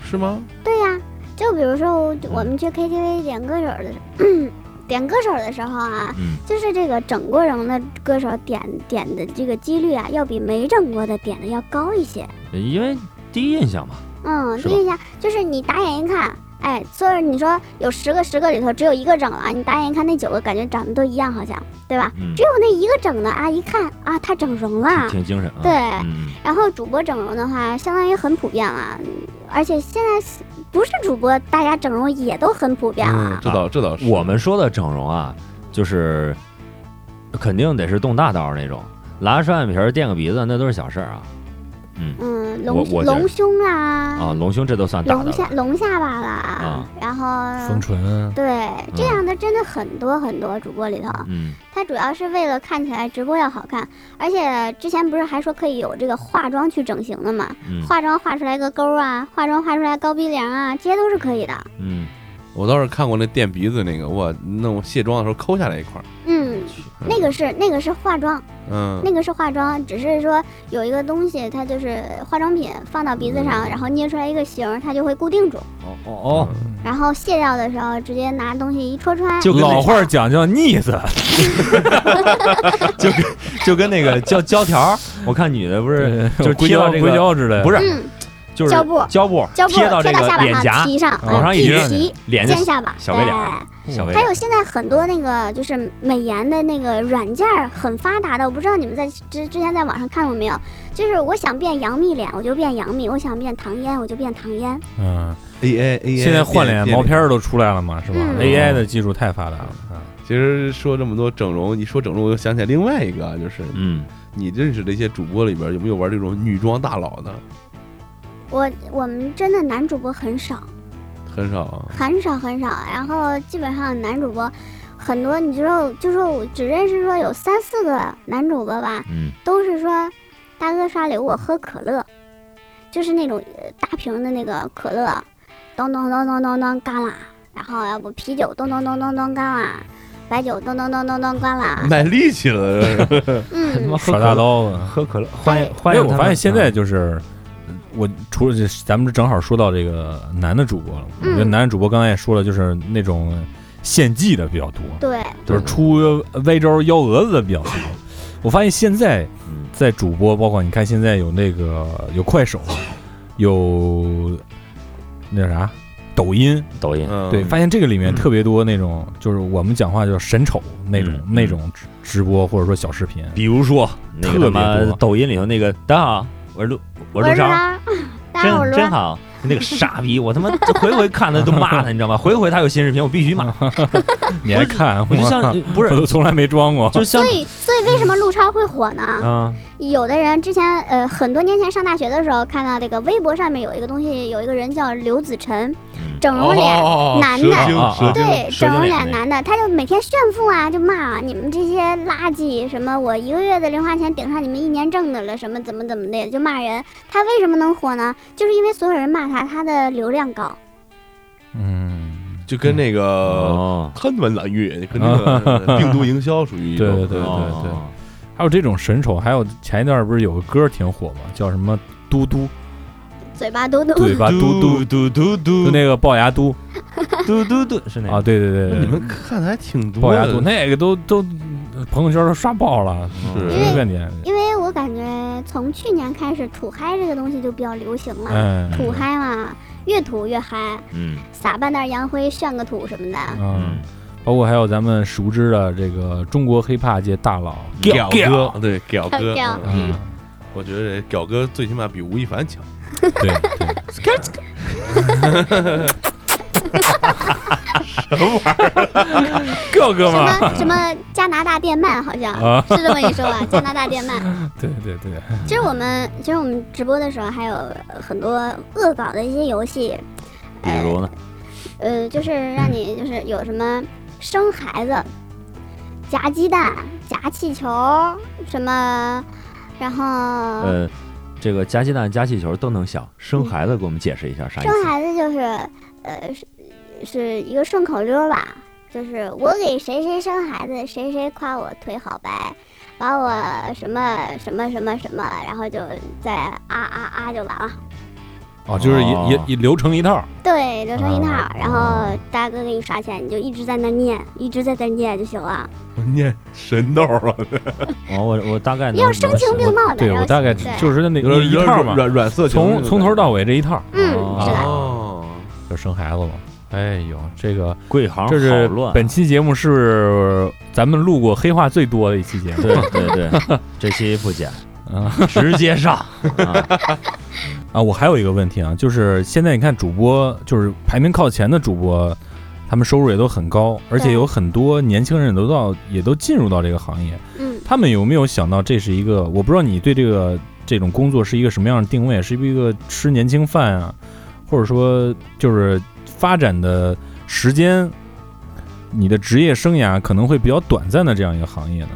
是吗？
对呀、就比如说我我们去 KTV 点歌手的时候， (clears throat) 点歌手的时候啊，
嗯
就是这个整过容的歌手点点的这个几率啊，要比没整过的点的要高一些。
因为第一印象嘛，
嗯，
是吧
第一下就是你打眼一看，哎，所以你说有十个十个里头只有一个整了，啊你打眼一看那九个感觉长得都一样，好像对吧？
嗯
只，有那一个整的啊，一看啊，他整容啦。
挺精神啊。
对，
嗯，
然后主播整容的话，相当于很普遍了，而且现在是不是主播，大家整容也都很普遍
嗯
了，。
这倒这倒是
我们说的整容啊，就是肯定得是动大刀那种，拉双眼皮儿、垫个鼻子，那都是小事儿啊。
嗯，
我
隆
我觉得
隆胸啦，
啊，隆胸这都算大
隆
的
下
了。
隆下巴啦，
啊
然
丰
后
唇
对这样的真的很多很多主播里头，
嗯，
他主要是为了看起来直播要好看，而且之前不是还说可以有这个化妆去整形的嘛，
嗯
化妆化出来个沟啊，化妆化出来高鼻梁啊，这些都是可以的。
嗯，
我倒是看过那垫鼻子那个，我弄卸妆的时候抠下来一块儿，
嗯，那个是那个是化妆。
嗯，
那个是化妆，只是说有一个东西，它就是化妆品放到鼻子
嗯
上，然后捏出来一个形儿，它就会固定住。
哦哦哦，
然后卸掉的时候，直接拿东西一戳穿。
就跟那
老话儿讲叫腻 (laughs) 子，
就跟就跟那个胶胶条
(laughs)
儿，我看女的不是就是
硅
贴
胶
到这
硅
个
胶之类的，
不是
嗯，
就是
胶布
胶布
胶布
贴到这个
下
脸
巴
颊嗯
上，提上，
往
上一
提
扔
提
脸就
尖下巴，
小白脸儿
对
小薇
还有现在很多那个就是美颜的那个软件儿很发达的，我不知道你们在之之前在网上看过没有？就是我想变杨幂脸，我就变杨幂；我想变唐嫣，我就变唐嫣。
嗯，
A I A I
现在换脸毛片儿都出来了嘛，是吧
嗯
？AI 的技术太发达了，
嗯
啊
其实说这么多整容，一说整容，我又想起来另外一个啊，就是
嗯，
你认识的一些主播里边有没有玩这种女装大佬的？
我我们真的男主播很少。
很少啊。
很少很少，然后基本上男主播很多，你就说就说我只认识说有三四个男主播吧，
嗯
都是说大哥刷礼物我喝可乐，就是那种呃大瓶的那个可乐，咚咚咚咚咚咚干啦，然后要不啤酒咚咚咚咚咚干啦，白酒咚咚咚咚咚干啦，
(laughs) 卖力气了，
嗯，
耍大刀啊！
喝哦可乐，欢迎
因
欢
为
迎。
哎
嗯
我发现现在就是，我除了这，咱们正好说到这个男的主播了。我
嗯
觉得男的主播刚才也说了，就是那种献祭的比较多，
对，
就是出歪歪招幺蛾子的比较多。我发现现在
嗯
在主播，包括你看现在有那个有快手，有那叫啥抖音，
抖音，
嗯，
对，发现这个里面
嗯
特别多那种，就是我们讲话叫神丑那种
嗯
那种直直播或者说小视频，
比如说那
特别
个他妈
多
抖音里头那个，啊大家好，我是陆，我是陆
是
超，
他，当然我
真
罗
真好。那个傻逼，我他妈回回看他都骂他，你知道吗？回回他有新视频，我必须骂。
你还看？
我就像
(laughs) 我
不是，
都从来没装过。
就像
所以所以为什么陆超会火呢？
啊，
有的人之前呃很多年前上大学的时候看到这个微博上面有一个东西，有一个人叫刘子晨，整容脸。
哦
男
蛇
的
精
啊啊
蛇
啊
精
对，
蛇
整
精
容
脸
脸
那
男的，他就每天炫富啊，就骂你们这些垃圾，什么我一个月的零花钱顶上你们一年挣的了，什么怎么怎么的，就骂人。他为什么能火呢？就是因为所有人骂他，他的流量高。
嗯，
就跟那个
哦，
贪玩蓝月，跟那
(laughs)
个病毒营销属于一种哦
对对对对
哦
对，还有这种神丑，还有前一段不是有个歌挺火吗？叫什么嘟嘟
嘴巴嘟嘟，
嘴巴啊嘟嘟，
嘟嘟
就
嘟
那个龅牙嘟
嘟嘟嘟是那
啊，
个
对对 (laughs) 对
你
对
们看的还挺
对，
多
龅牙嘟
的，
那个都都朋友圈都刷爆了，
是
什么概念？
因为我感觉从去年开始，土嗨这个东西就比较流行了。
嗯，
土嗨嘛，越土越嗨，
嗯
撒半袋洋灰炫个土什么的。
嗯，包括还有咱们熟知的这个中国黑怕界大佬，
屌哥，对屌哥，
屌
嗯
嗯，我觉得屌哥最起码比吴亦凡强。 (laughs)
对对，各哥
什
们儿，
么什么加拿大电鳗好像
啊
是这么一说吧， (laughs) 加拿大电鳗。
对对对，
其实我们其实我们直播的时候还有很多恶搞的一些游戏，
比如呢，
呃，就是让你就是有什么生孩子、夹鸡蛋、夹气球什么，然后、哎
呃，这个夹鸡蛋、夹气球都能想，生孩子给我们解释一下啥意
嗯生
思？
孩子就是呃是是一个顺口溜儿吧，就是我给谁谁生孩子，谁谁夸我腿好白。把我什么什么什么什么，然后就再啊啊啊就完了。
哦，就是
哦
一一一流程一套，
对，流程一套
啊，
然后大哥给你刷钱，你就一直在那念，一直在那念就行了。
我念神道啊，
哦，我我大概能
要声情并茂的。
对
然
我
后
大概
对
就是那
有
那
点
一套嘛，
软软色情那
从
种
从头
感觉
到尾这一套，
嗯，
哦
是的，
哦，
就生孩子嘛。哎呦，这个
贵行
这
好
是
乱啊，
本期节目是咱们录过黑话最多的一期 (laughs) 节目
对对对，这期不剪，
啊
直接上啊，
啊！我还有一个问题啊，就是现在你看主播，就是排名靠前的主播，他们收入也都很高，而且
对
有很多年轻人也都到也都进入到这个行业，
嗯，
他们有没有想到这是一个？我不知道你对这个这种工作是一个什么样的定位，是不是一个吃年轻饭啊，或者说就是发展的时间，你的职业生涯可能会比较短暂的这样一个行业呢？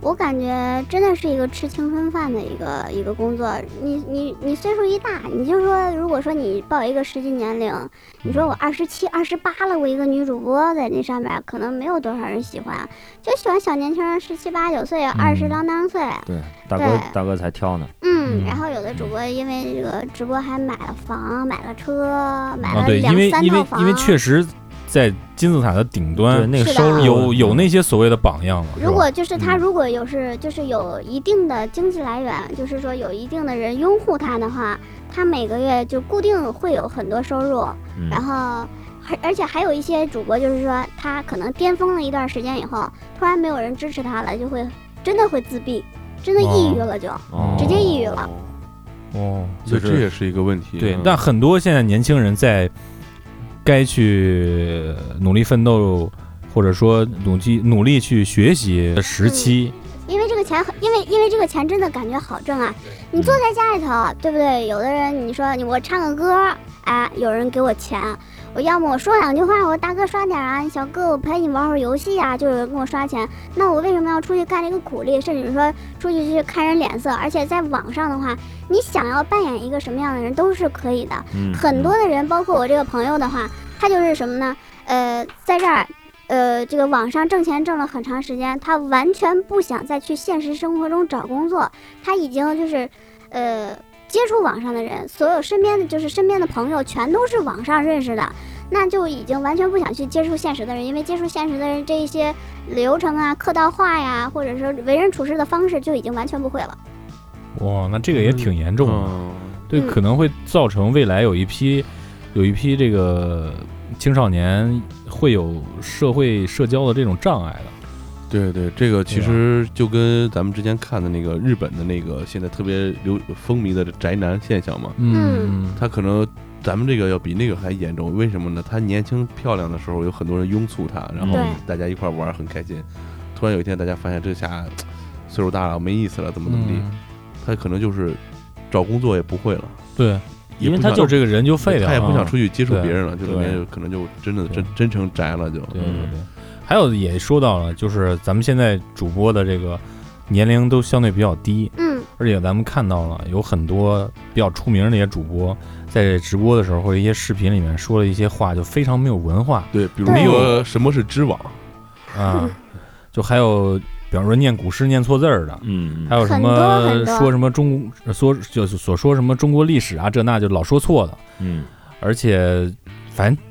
我感觉真的是一个吃青春饭的一个一个工作。你你你岁数一大，你就说，如果说你报一个实际年龄，你说我二十七、二十八了，我一个女主播在那上面，可能没有多少人喜欢，就喜欢小年轻，十七八九岁，二十郎当岁。
对，大哥
(laughs) 对
大哥才挑呢，
嗯，
嗯
然后有的主播因为这个直播还买了房、买了车、买
啊，
了
对，因
两
为
三
因
套
为
房，
因为确实在金字塔的顶
对，
端
嗯那个
是的
收入
有有那些所谓的榜样嘛，是吧
如果就是他
嗯
如果有是就是有一定的经济来源，就是说有一定的人拥护他的话，他每个月就固定会有很多收入，
嗯
然后。还而且还有一些主播，就是说他可能巅峰了一段时间以后，突然没有人支持他了，就会真的会自闭，真的抑郁了就，
哦
直接抑郁了。
哦，
所
就
以这
是
也是一个问题。
对
嗯，
但很多现在年轻人在该去努力奋斗，或者说努力努力去学习的时期，
因为这个钱很，因为因为这个钱真的感觉好挣啊！你坐在家里头，对不对？有的人你说你我唱个歌，哎，有人给我钱，我要么我说两句话，我说大哥刷点啊，小哥我陪你玩会儿游戏啊，就有人给我刷钱。那我为什么要出去干这个苦力，甚至说出去去看人脸色？而且在网上的话，你想要扮演一个什么样的人都是可以的。
嗯
很多的人，包括我这个朋友的话，他就是什么呢？呃，在这儿，呃，这个网上挣钱挣了很长时间，他完全不想再去现实生活中找工作，他已经就是，呃，接触网上的人，所有身边的就是身边的朋友，全都是网上认识的，那就已经完全不想去接触现实的人，因为接触现实的人这一些流程啊、客套话呀，或者说为人处事的方式，就已经完全不会了。
哇，那这个也挺严重的，
嗯，
对，
嗯
可能会造成未来有一批有一批这个青少年会有社会社交的这种障碍的。
对对，这个其实就跟咱们之前看的那个日本的那个现在特别流风靡的宅男现象嘛，
嗯，
他可能咱们这个要比那个还严重，为什么呢？他年轻漂亮的时候有很多人拥簇他，
嗯
然后
对
大家一块儿玩儿很开心。突然有一天，大家发现这下岁数大了没意思了，怎么怎么地，
嗯
他可能就是找工作也不会了，
对，
也
因为
不
他
想
就这个人就废了，啊
他也不想出去
去。
接触
对
别人了，就里面
对
就可能就真的
对
真真成宅了就。
对对对，嗯还有也说到了，就是咱们现在主播的这个年龄都相对比较低，
嗯，
而且咱们看到了有很多比较出名的一些主播，在直播的时候或者一些视频里面说了一些话，就非常没有文化
对，比如
对
说什么是知
(laughs)
网，
嗯
啊，就还有比方说念古诗念错字儿的。
嗯
还有什
很多很
么
多
说什么中说就所说什么中国历史啊，这那就老说错的，
嗯，
而且反正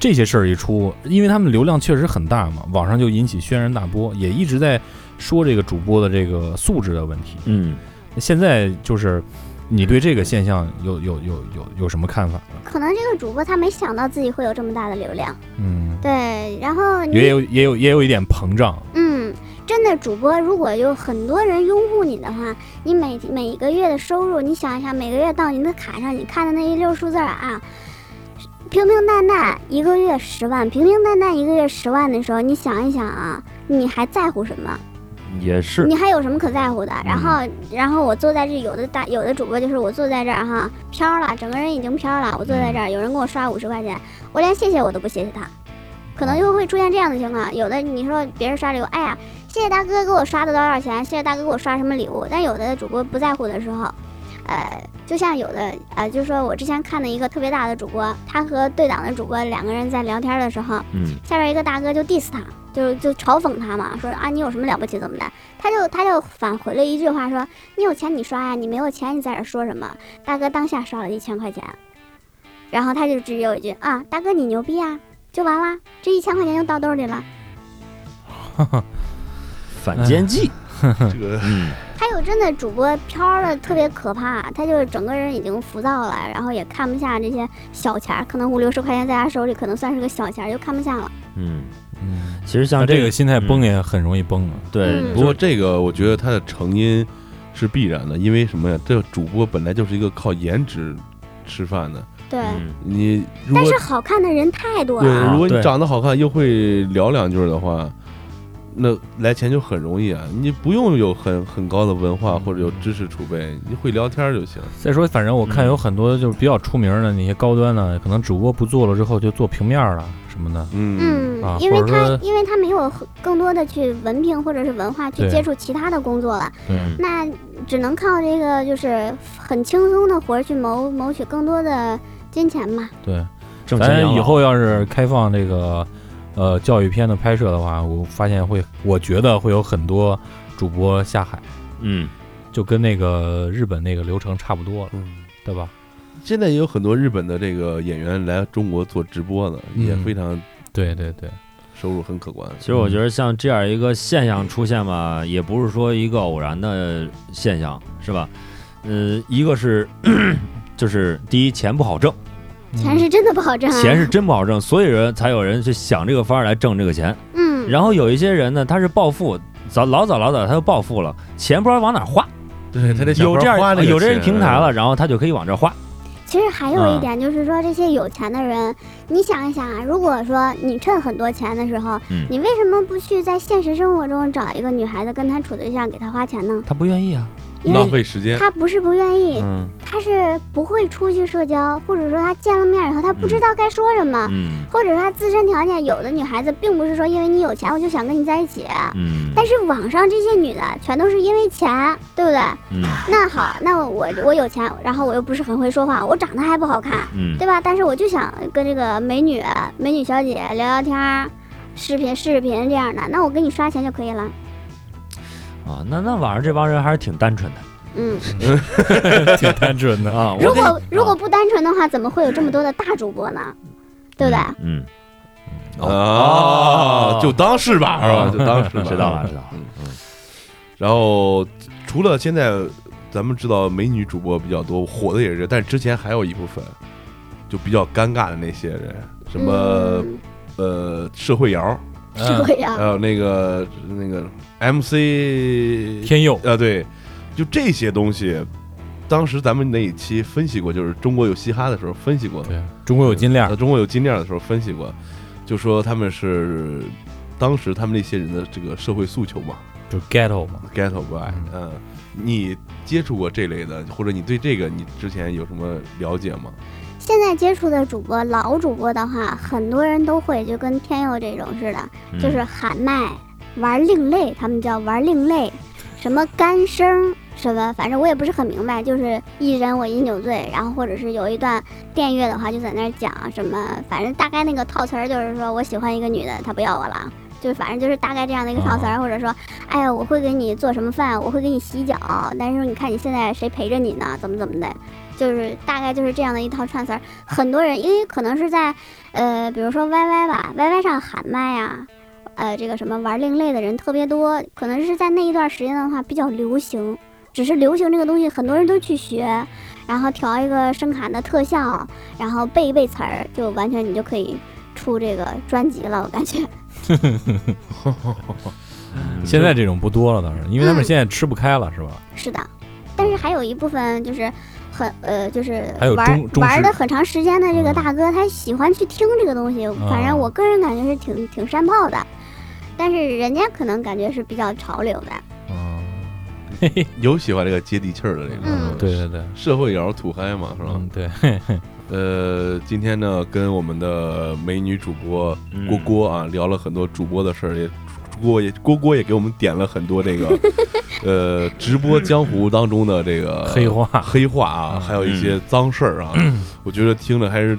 这些事儿一出，因为他们流量确实很大嘛，网上就引起轩然大波，也一直在说这个主播的这个素质的问题。
嗯，
现在就是你对这个现象有有有有有什么看法呢？
可能这个主播他没想到自己会有这么大的流量，
嗯，啊
对，然后你
也有也有也有一点膨胀，
嗯，真的，主播如果有很多人拥护你的话，你每每个月的收入，你想一想，每个月到您的卡上，你看的那一溜数字儿啊，平平淡淡一个月十万，平平淡淡一个月十万的时候，你想一想啊，你还在乎什么？
也是，
你还有什么可在乎的？然后，然后我坐在这，有的大有的主播就是我坐在这儿哈，飘了，整个人已经飘了。我坐在这儿，有人给我刷五十块钱，我连谢谢我都不谢谢他，可能就会出现这样的情况。有的你说别人刷礼物，哎呀，谢谢大哥给我刷的多少钱，谢谢大哥给我刷什么礼物，但有的主播不在乎的时候，呃，就像有的呃，就说我之前看的一个特别大的主播，他和对党的主播两个人在聊天的时候，
嗯
下边一个大哥就 diss 他，就就嘲讽他嘛，说啊你有什么了不起怎么的？他就他就返回了一句话说你有钱你刷呀，你没有钱你在这说什么？大哥当下刷了一千块钱，然后他就只有一句啊大哥你牛逼啊，就完啦，这一千块钱就到兜里了。
反间计，
这个
嗯
还有真的主播飘的特别可怕，他就是整个人已经浮躁了，然后也看不下这些小钱儿，可能五六十块钱在他手里可能算是个小钱儿，就看不下了。
嗯，
嗯，
其实像
像这
这
个
个
心态崩也很容易崩啊。
对
嗯，
不过这个我觉得它的成因是必然的，因为什么呀？这个主播本来就是一个靠颜值吃饭的，
对，
嗯
你如
但
果
是好看的人太多了。
对，如果你
对
长得好看又会聊两句的话，那来钱就很容易啊。你不用有很很高的文化或者有知识储备，你会聊天儿就行。
再说，反正我看
嗯
有很多就是比较出名的那些高端的，可能主播不做了之后就做平面了什么的。
嗯，
嗯
啊，
因为
或者
他
说
因为他没有更多的去文凭或者是文化去
对
接触其他的工作了，
对
嗯
那只能靠这个就是很轻松的活儿去谋谋取更多的金钱嘛。
对，
挣钱
咱
养老
以后要是开放这个呃教育片的拍摄的话，我发现会，我觉得会有很多主播下海，
嗯
就跟那个日本那个流程差不多了，
嗯
对吧？
现在也有很多日本的这个演员来中国做直播的，
嗯
也非常
对对 (laughs) 对，
收入很可观。
其实我觉得像这样一个现象出现吧，也不是说一个偶然的现象，是吧？嗯，一个是就是第一钱不好挣，
钱是真的不好挣啊。
钱是真不好挣，所以人才有人去想这个法儿来挣这个钱。
嗯，
然后有一些人呢，他是暴富，早老早老早他就暴富了，钱不知道往哪儿花，
对他得想
有这
法花
样
个
有这个
钱
平台了，，然后他就可以往这儿花。
其实还有一
啊
点就是说，这些有钱的人，你想一想啊，如果说你趁很多钱的时候，
嗯
你为什么不去在现实生活中找一个女孩子跟她处对象，给她花钱呢？
他不愿意啊，
因
浪
为
费时间。
她不是不愿意，
嗯，
他是不会出去社交，或者说他见了面以后他不知道该说什么，
嗯
或者说他自身条件，有的女孩子并不是说因为你有钱我就想跟你在一起，
嗯
但是网上这些女的全都是因为钱，对不对？
嗯
那好，那我我有钱，然后我又不是很会说话，我长得还不好看，
嗯，
对吧？但是我就想跟这个美女美女小姐聊聊天儿，视频视频这样的，那我给你刷钱就可以了。
啊，那那网上这帮人还是挺单纯的，
嗯，
挺单纯的
啊，我
如
给
果
你
如果不单纯的话，怎么会有这么多的大主播呢？对不对？
嗯，
啊，就当是吧，是啊吧？就当 (laughs) 是吧
嗯知道了，知道了。
然后除了现在咱们知道美女主播比较多，火的也是，但之前还有一部分就比较尴尬的那些人，什么、
嗯
呃社会摇，
嗯
是这样
还，有那个那个 MC
天佑
啊，对，就这些东西。当时咱们那一期分析过，就是中国有嘻哈的时候分析过，
对中国有金链
那
呃
儿，
中国有金链的时候分析过，就说他们是当时他们那些人的这个社会诉求嘛
就 ghetto 嘛，
，ghetto boy，
嗯
嗯，你接触过这类的，或者你对这个你之前有什么了解吗？
现在接触的主播，老主播的话，很多人都会，就跟天佑这种似的，
嗯
就是喊麦、玩另类，他们叫玩另类，什么干声什么，反正我也不是很明白，就是一人我饮酒醉，然后或者是有一段电乐的话，就在那儿讲什么，反正大概那个套词儿就是说我喜欢一个女的，她不要我了。就是反正就是大概这样的一个套词儿，或者说，哎呀，我会给你做什么饭，我会给你洗脚，但是你看你现在谁陪着你呢？怎么怎么的，就是大概就是这样的一套串词儿。很多人因为可能是在，呃，比如说 YY 吧，YY 上喊麦啊，呃，这个什么玩另类的人特别多，可能是在那一段时间的话比较流行。只是流行这个东西，很多人都去学，然后调一个声卡的特效，然后背一背词儿，就完全你就可以出这个专辑了。我感觉， (laughs)
现在这种不多了，当然，因为他们现在吃不开了，是吧？
是的，但是还有一部分就是很呃，就是
还有
玩
中中
玩
式
的很长时间的这个大哥，他喜欢去听这个东西。反正我个人感觉是挺挺山炮的，但是人家可能感觉是比较潮流的。
嗯，
有喜欢这个接地气儿的这个，
嗯
对对对，
社会摇土嗨嘛，是吧？
嗯 (laughs) 对，
呃，今天呢，跟我们的美女主播
嗯
郭郭啊、聊了很多主播的事儿，也郭也郭郭也给我们点了很多这
(laughs)
个呃直播江湖当中的这个
黑话
黑话啊，
嗯
还有一些脏
(clears throat)
事儿啊，我觉得听着还是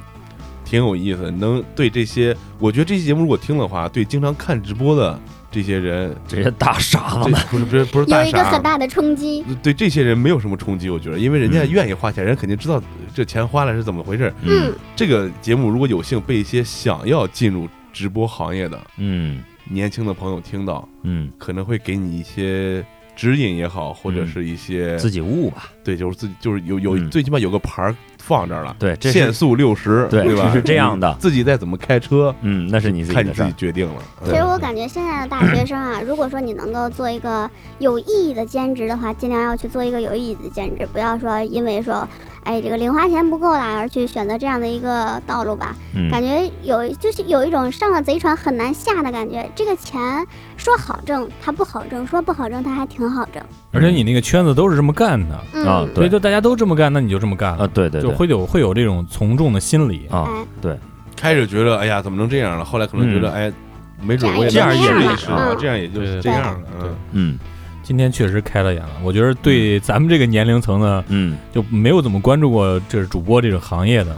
挺有意思的。能对这些，我觉得这期节目如果听的话，对经常看直播的这些人，
直接大傻
这
了，
不是不是不是
有
大
一个
傻
很
啊。
大的冲击，
对这些人没有什么冲击，我觉得，因为人家
嗯
愿意花钱，人肯定知道这钱花了是怎么回事儿。
嗯，
这个节目如果有幸被一些想要进入直播行业的
嗯
年轻的朋友听到，
嗯，
可能会给你一些指引也好，或者是一些、
自己悟吧，
对，就是自己就是有有、
嗯
最起码有个牌儿放这儿了，
对，这
限
是
速六十，
对
吧？
是这样的
你自己再怎么开车，
嗯，那是你自己
看你
的事
自己
儿，
决定了。
其实
嗯
我感觉现在的大学生啊，
(clears throat)
如果说你能够做一个有意义的兼职的话，尽量要去做一个有意义的兼职，不要说因为说，哎，这个零花钱不够啦，而去选择这样的一个道路吧。
嗯
感觉有就是有一种上了贼船很难下的感觉。这个钱说好挣它不好挣，说不好挣它还挺好挣。
而且你那个圈子都是这么干的，
嗯，
啊嗯对
所以就大家都这么干，那你就这么干
啊，
了，
对对
就
对，
会有会有这种从众的心理。
啊，
哎，
开始觉得哎呀怎么能这样了，后来可能觉得、
嗯
哎，没准我也
这样
能
也
试
就
一
这
试啊
样了嗯
这样也就
对
是
对
这
对
样了。嗯
嗯
今天确实开了眼了，我觉得对咱们这个年龄层的
嗯，
就没有怎么关注过就是主播这个行业的，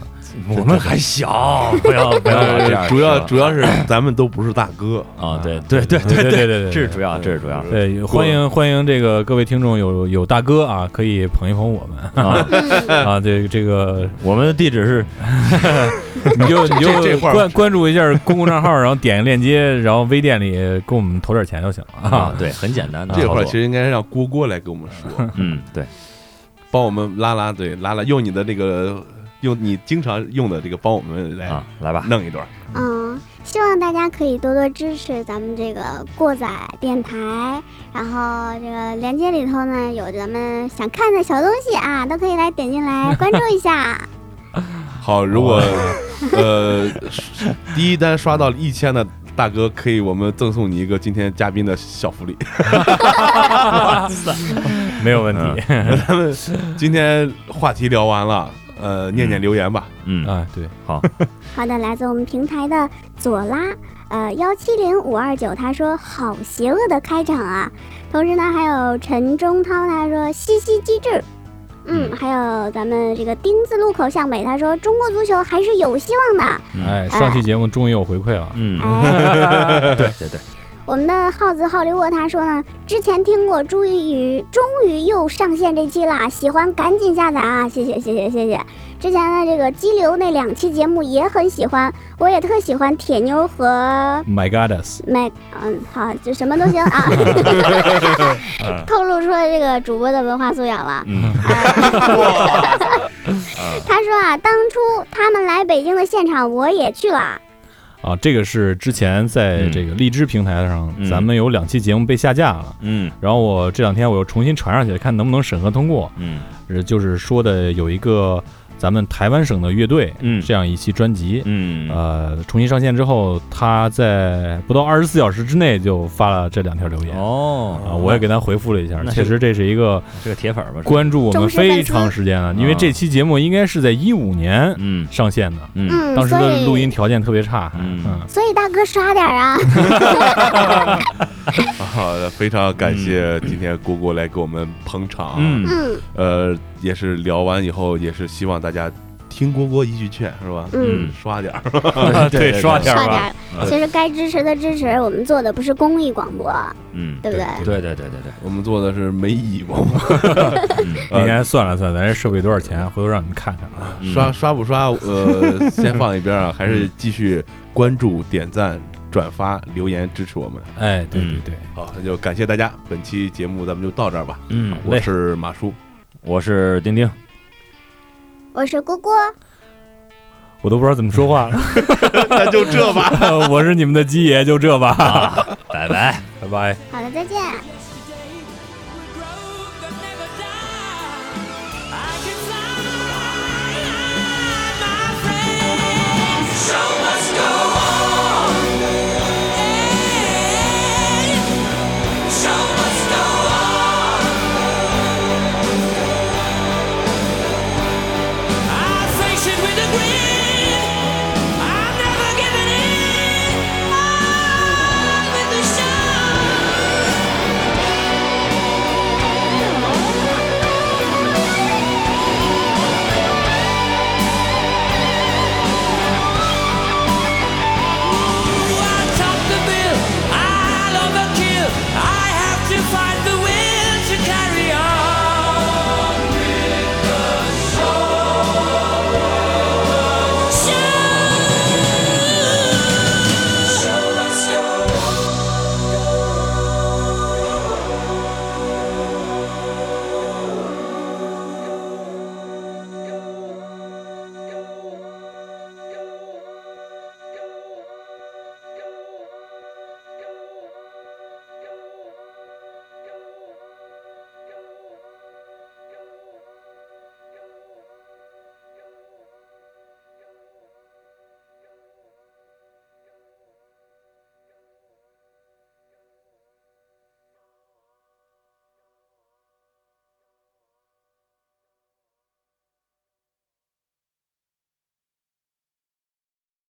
我们还小，不要不要老这样啊
主要
说
主要是 (laughs) 咱们都不是大哥，
啊，对对 (laughs) 对
对
对
对对对，
这是主要，这是主要
对，欢迎欢迎这个各位听众有有大哥啊，可以捧一捧我们
啊。 (laughs)
嗯，
啊，这这个
我们的地址是 (laughs)
你就你
这这
就
块儿
关关注一下公共账号，然后点个链接，然后微店里给我们投点钱就行
(laughs)
了
啊
啊，。
对，很简单的
这
操
块儿
作
其实应该让郭郭来跟我
(laughs)
们说，
嗯，对，
帮我们拉拉对拉拉，用你的这个用你经常用的这个帮我们来
啊，来吧，
弄一段。
嗯，希望大家可以多多支持咱们这个过载电台，然后这个链接里头呢有咱们想看的小东西啊，都可以来点进来关注一下。
好，
(laughs)
如果呃是第一单刷到一千的大哥，可以我们赠送你一个今天嘉宾的小福利。
没有问题
嗯
(laughs) 咱们今天话题聊完了，呃，念念留言吧。
嗯，
(laughs) 啊，对，
好的，来自我们平台的左拉，呃幺七零五二九，他说好邪恶的开场啊。同时呢，还有陈中涛，他说西西机智。嗯，还有咱们这个丁字路口向北，他说中国足球还是有希望的。
嗯
哎，上期节目终于有回馈了，
嗯，
哎
对对对，
我们的耗子好利沃他说呢，之前听过，终于终于又上线这期啦，喜欢赶紧下载啊！谢谢谢谢谢谢。之前的这个激流那两期节目也很喜欢，我也特喜欢铁妞和
My Goddess，
麦，嗯，好，就什么都行
(laughs)
啊。 (laughs) 透露出了这个主播的文化素养了。 (laughs)
嗯，
他说啊，当初他们来北京的现场我也去了，
啊，这个是之前在
嗯
这个荔枝平台上，
嗯
咱们有两期节目被下架了。
嗯
然后我这两天我又重新传上去，看能不能审核通过。
嗯
呃，就是说的有一个咱们台湾省的乐队，
嗯
这样一期专辑，
嗯
呃，重新上线之后，他在不到二十四小时之内就发了这两条留言。啊，
哦，
我也给他回复了一下，
那
确
是
实这是一个
是个铁粉吧？
关注我
忠
们
实粉丝
非常时间了，因为
啊
这期节目应该是在一五年
嗯
上线的，
嗯
嗯，
当时
所
的
以
录音条件特别差，
嗯
嗯，
所以大哥刷点儿 (laughs) 啊，
啊，非常感谢今天姑姑来给我们捧场，
嗯
嗯
呃，也是聊完以后，也是希望大家听郭郭一句劝，是吧？
嗯，
刷点儿，
对刷点
刷点
吧，
儿。嗯其实该支持的支持，我们做的不是公益广播，
嗯，
对不对？
对对对对对，
我们做的是没义务，
那应该算了算了，咱这设备多少钱？回头让你们看看啊。
嗯
刷刷不刷，呃，先放一边啊，还是继续关注、点赞、转发、留言支持我们。
哎，对对
嗯
对，
好，那就感谢大家，本期节目咱们就到这儿吧。啊
嗯，
我
我
是马叔，
我是丁丁，
我是郭郭，
我都不知道怎么说话了。
那就这吧。
(laughs) 我是你们的鸡爷，就这吧，
啊拜拜。
拜拜。
好的，再见。
「